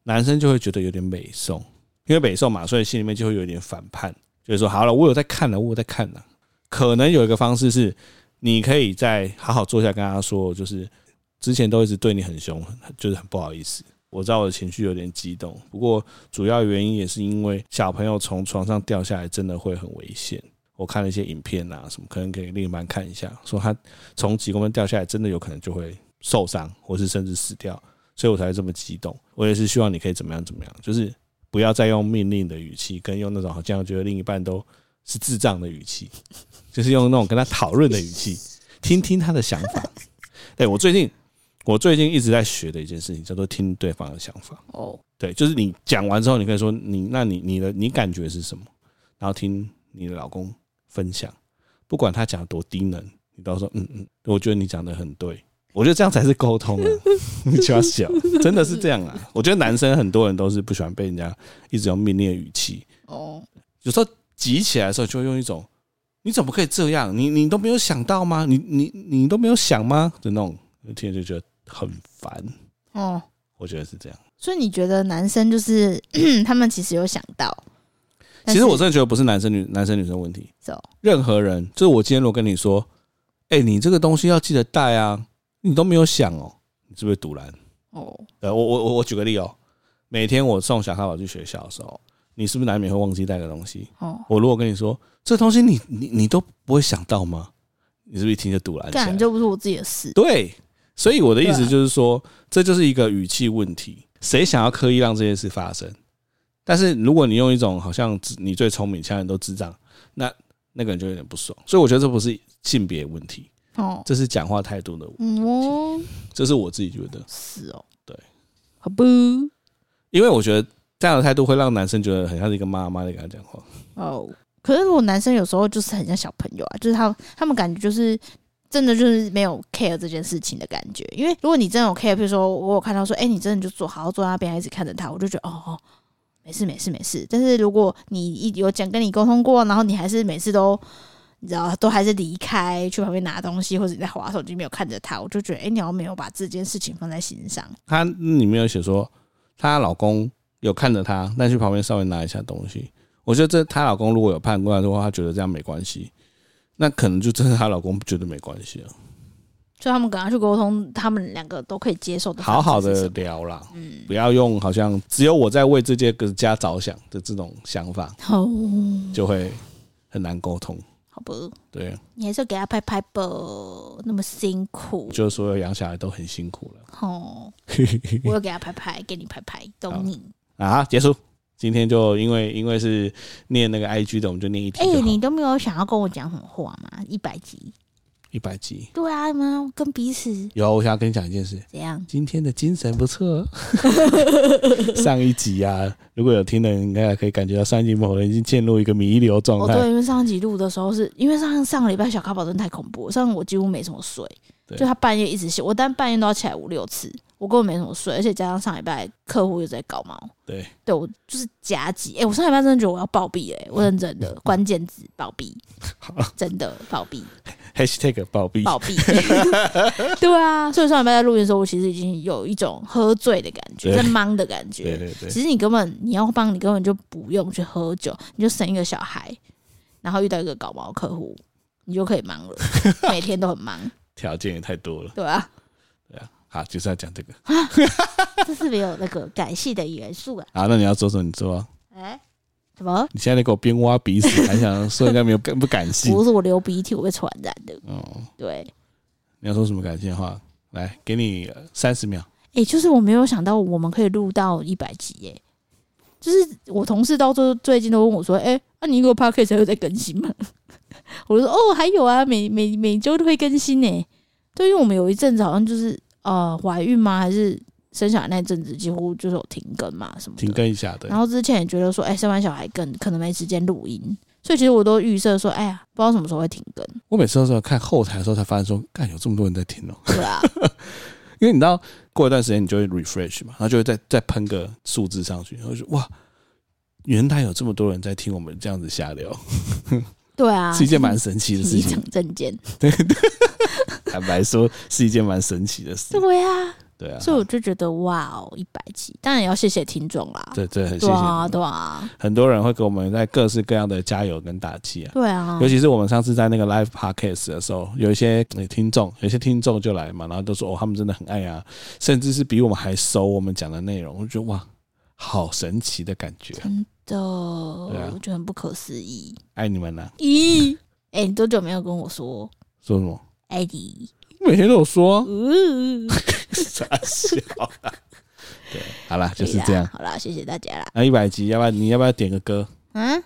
S2: 男生就会觉得有点美颂，因为美颂嘛，所以心里面就会有一点反叛，就是说好了，我有在看了，我有在看了。可能有一个方式是，你可以再好好坐下跟他说，就是之前都一直对你很凶，就是很不好意思。我知道我的情绪有点激动，不过主要原因也是因为小朋友从床上掉下来真的会很危险。我看了一些影片啊，什么可能给另一半看一下，说他从几公分掉下来，真的有可能就会受伤，或是甚至死掉，所以我才会这么激动。我也是希望你可以怎么样怎么样，就是不要再用命令的语气，跟用那种好像觉得另一半都是智障的语气，就是用那种跟他讨论的语气，听听他的想法。对我最近，我最近一直在学的一件事情叫做听对方的想法。
S1: 哦，
S2: 对，就是你讲完之后，你可以说你，那你你的你感觉是什么？然后听你的老公分享，不管他讲得多低能，你都说嗯嗯，我觉得你讲的很对，我觉得这样才是沟通啊，你就要笑，真的是这样啊。我觉得男生很多人都是不喜欢被人家一直用命令的语气，
S1: 哦，
S2: 有时候急起来的时候，就会用一种“你怎么可以这样？你你都没有想到吗？你你你都没有想吗？”的那种，听着就觉得很烦。
S1: 哦，
S2: 我觉得是这样。
S1: 所以你觉得男生就是嗯他们其实有想到？但
S2: 其
S1: 是
S2: 实我真的觉得不是男生女男生女生问题，
S1: 走
S2: 任何人，就是我今天如果跟你说，哎、你这个东西要记得带啊，你都没有想哦，你是不是堵拦？
S1: 哦，
S2: 呃，我我我我举个例哦，每天我送小咖宝去学校的时候，你是不是难免会忘记带个东西？
S1: 哦，
S2: 我如果跟你说这东西你你你都不会想到吗？你是不是一听就堵拦起来
S1: 干这不是我自己的事。
S2: 对，所以我的意思
S1: 对
S2: 就是说，这就是一个语气问题，谁想要刻意让这件事发生？但是如果你用一种好像只你最聪明，其他人都智障，那那个人就有点不爽。所以我觉得这不是性别问题，
S1: 哦，
S2: 这是讲话态度的，
S1: 嗯哦，
S2: 这是我自己觉得，
S1: 是哦，
S2: 对，
S1: 好不
S2: 因为我觉得这样的态度会让男生觉得很像是一个妈妈在跟他讲话。
S1: 哦。可是如果男生有时候就是很像小朋友啊，就是他他们感觉就是真的就是没有 care 这件事情的感觉。因为如果你真的有 care，譬如说我有看到说，哎、你真的就坐好好坐在那边，还一直看着他，我就觉得哦哦，没事没事没事。但是如果你一有讲跟你沟通过，然后你还是每次都。你知道，都还是离开去旁边拿东西，或者你在划手机没有看着他，我就觉得，哎、你好像没有把这件事情放在心上。
S2: 她里面有写说，她老公有看着她，但去旁边稍微拿一下东西。我觉得这她老公如果有判断的话，她觉得这样没关系，那可能就真的她老公觉得没关系了，
S1: 所以他们赶快去沟通，他们两个都可以接受的方
S2: 好
S1: 式
S2: 好
S1: 是什
S2: 的
S1: 么，
S2: 聊啦，
S1: 嗯，
S2: 不要用好像只有我在为这个家着想的这种想法，
S1: 好，
S2: 就会很难沟通。
S1: 好吧，
S2: 对，
S1: 你还是要给他拍拍吧，那么辛苦，
S2: 就是所有养小孩都很辛苦了。
S1: 哦，我要给他拍拍，给你拍拍，懂你。
S2: 啊， 好结束。今天就因为因为是念那个 IG 的，我们就念一
S1: 哎、
S2: 题就好
S1: 你，都没有想要跟我讲什么话吗？一百集，
S2: 一百集。
S3: 对啊，妈，跟彼此
S2: 有啊，我想要跟你讲一件事。
S1: 怎样？
S2: 今天的精神 不错。上一集啊，如果有听的人，应该可以感觉到上一集某人已经陷入一个弥留状
S1: 哦，
S2: 态。
S1: 对，因为上一集录的时候是，因为上上个礼拜小咖宝真的太恐怖了，上我几乎没什么睡，
S2: 对
S1: 就他半夜一直醒，我但半夜都要起来五六次，我根本没什么睡，而且加上上礼拜客户又在搞毛，
S2: 对
S1: 对我就是夹击，哎、我上礼拜真的觉得我要暴毙，
S2: 嗯
S1: 哎，我认真 的，关键字暴毙，真的暴毙，
S2: ，#hashtag 暴毙。
S1: 暴毙， 对啊，所以上礼拜在录音的时候，我其实已经有一种喝醉的感觉，
S2: 对
S1: 在忙的感觉，
S2: 对对对，
S1: 其实你根本你要帮，你根本就不用去喝酒，你就生一个小孩，然后遇到一个搞毛客户，你就可以忙了，每天都很忙，
S2: 条件也太多了。
S1: 对啊，
S2: 对啊，好，就是要讲这个。
S3: 这是没有那个感性的元素啊。
S2: 好，那你要做什么？你做啊。
S1: 哎、什么？
S2: 你现在在给我边挖鼻屎，还想说人家没有感不感 性？
S1: 不是我流鼻涕，我被传染的，
S2: 哦，
S1: 对。
S2: 你要说什么感性的话？来，给你三十秒。
S1: 哎、就是我没有想到我们可以录到一百集耶、就是我同事到最最近都问我说：“哎、那、你一个 p o d c a s 还有在更新吗？” 我就说：“哦，还有啊，每每每周都会更新呢、对，因为我们有一阵子好像就是呃怀孕吗，还是生小孩那阵子，几乎就是有停更嘛什么的。
S2: 停更一下的
S1: 然。后之前也觉得说，哎、生完小孩更可能没时间录音，所以其实我都预设说，哎呀，不知道什么时候会停更，
S2: 我每次都是看后台的时候才发现说，干有这么多人在听哦。
S1: 对啊，
S2: 因为你知道，过一段时间你就会 refresh 嘛，然后就会再再喷个数字上去，然后就哇，原来有这么多人在听我们这样子瞎聊，
S1: 对啊，
S2: 是一件蛮神奇的事
S1: 一
S2: 情
S1: 场。证件，
S2: 坦白说，是一件蛮神奇的事。
S1: 对啊。”
S2: 对啊，
S1: 所以我就觉得哇哦，一百集，当然也要谢谢听众啦。
S2: 对对，很谢
S1: 对
S2: 谢
S1: 啊，
S2: 你
S1: 对啊，
S2: 很多人会给我们在各式各样的加油跟打气啊。
S1: 对啊
S2: 尤。其是我们上次在那个 live podcast 的时候，有一些呃听众，有一些听众就来嘛，然后都说哦，他们真的很爱啊，甚至是比我们还熟我们讲的内容，我就觉得哇，好神奇的感觉，
S1: 真的，
S2: 对啊
S1: 我觉得很不可思议。
S2: 爱你们呐、啊
S1: 咦，哎，你多久没有跟我说
S2: 说什么？
S1: 艾迪？，
S2: 每天都有说啊
S1: 嗯，
S2: 傻笑啦。对，好啦， 就是
S1: 可以啦
S2: 这样。啊
S1: 好啦，谢谢大家啦。
S2: 那一百集，要不然你要不要点个歌？
S1: 嗯，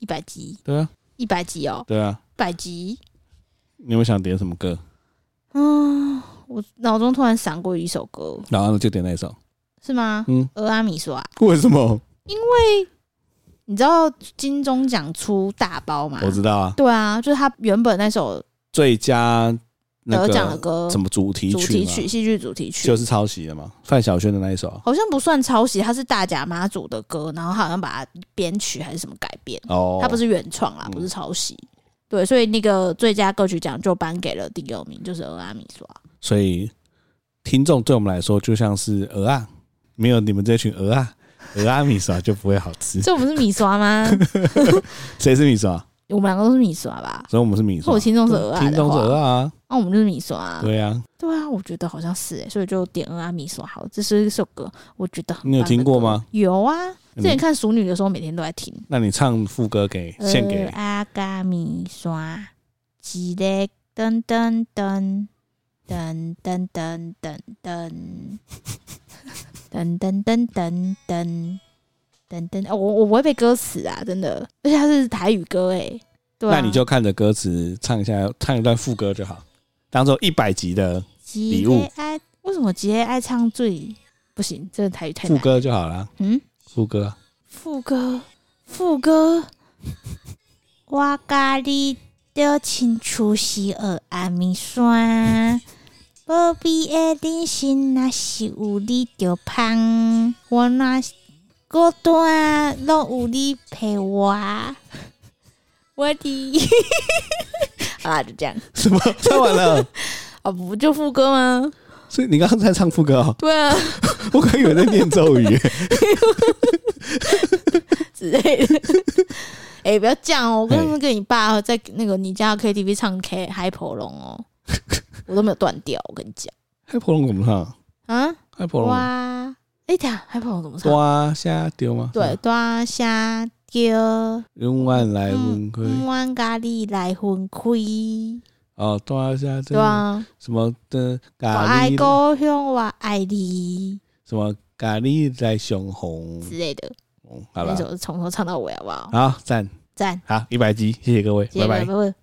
S1: 一百集，
S2: 对啊，
S1: 一百集哦，
S2: 对啊，
S1: 一百集。
S2: 你们想点什么歌？
S1: 嗯，我脑中突然闪过一首歌，
S2: 然后就点那一首。
S1: 是吗？
S2: 嗯，
S1: 俄阿米说啊，
S2: 为什么？
S1: 你知道金钟奖出大包吗？
S2: 我知道啊，
S1: 对啊，就是他原本那首
S2: 最佳
S1: 得
S2: 那
S1: 奖的
S2: 个
S1: 歌
S2: 什么主题
S1: 主题
S2: 曲
S1: 曲、
S2: 嘛，
S1: 戏剧主题曲，
S2: 就是抄袭的嘛，范晓萱的那一首。啊
S1: 好像不算抄袭，它是大甲妈祖的歌，然后好像把它编曲还是什么改编，
S2: 哦，
S1: 它不是原创啦，
S2: 嗯
S1: 不是抄袭。对，所以那个最佳歌曲奖就颁给了第六名，就是《俄阿米 刷》。
S2: 所以听众对我们来说就像是鹅啊，没有你们这群鹅啊， 鹅啊米刷就不会好吃。
S1: 这我们是米刷吗？
S2: 谁是米刷？
S1: 我们两个都是米刷吧？
S2: 所以我们是米
S1: 或
S2: 刷
S1: 者，听众是俄阿
S2: 听
S1: 的
S2: 众是
S1: 话，
S2: 鹅啊，
S1: 那、我们就是米刷、啊。
S2: 对啊，
S1: 对啊，我觉得好像是哎、所以就点《俄阿米刷》好了。这是一首歌，我觉得很
S2: 你有
S1: 棒的
S2: 听
S1: 歌
S2: 过吗？嗯
S1: 有啊，之前
S2: 你
S1: 看《熟女》的时候，每天都在听。
S2: 那你唱副歌给
S1: 啊
S2: 献
S1: 呃
S2: 给
S4: 阿嘎米刷，一个噔噔噔噔噔噔噔噔
S1: 噔噔噔噔噔噔噔，哦我我不会背歌词啊，真的，而且它是台语歌哎、对、啊，
S2: 那你就看着歌词唱一下，唱一段副歌就好，当做一百集的
S4: 一
S2: 礼
S4: 个
S2: 物
S4: 爱
S1: 为什么杰爱唱最不行？这个台语太
S2: 副
S1: 难。
S2: 歌就好啦。
S1: 嗯，
S2: 副歌
S1: 副歌，副歌，
S4: 我甲你就亲像是学阿米山，宝贝的人生若是有你就香，我若是孤单拢有你陪我。
S1: 我的， 好啦，就这样
S2: 什么唱 完了？
S4: 哦
S1: 啊，不就副歌吗？
S2: 所以你刚刚在唱副歌哦，
S1: 对啊，
S2: 我刚以为在念 咒语。
S1: 之类 的。哎、不要这样哦！我刚刚跟你爸在那个你家的 KTV 唱 K 嗨婆龙 哦，我都没有断掉。我跟你讲
S2: 嗨婆龙怎么唱？
S1: 啊，
S2: 嗨婆龙
S1: 哇！哎、等一下嗨婆龙怎么唱？
S2: 抓虾丢吗？
S1: 对，，大虾丢，
S2: 永远嗯来分开。
S1: 嗯，阮咖喱来分开，
S2: 哦，抓虾
S1: 对啊，
S2: 什么的
S1: 我
S2: 咖
S1: 爱
S2: 喱，
S1: 故乡，我爱你
S2: 什么咖喱在熊红。
S1: 之类的，
S2: 嗯好
S1: 那
S2: 了，
S1: 首从头唱到尾好不好？
S2: 好赞，
S1: 赞，
S2: 好一百集，谢谢各位，
S1: 谢谢
S2: 拜拜
S1: 各。位。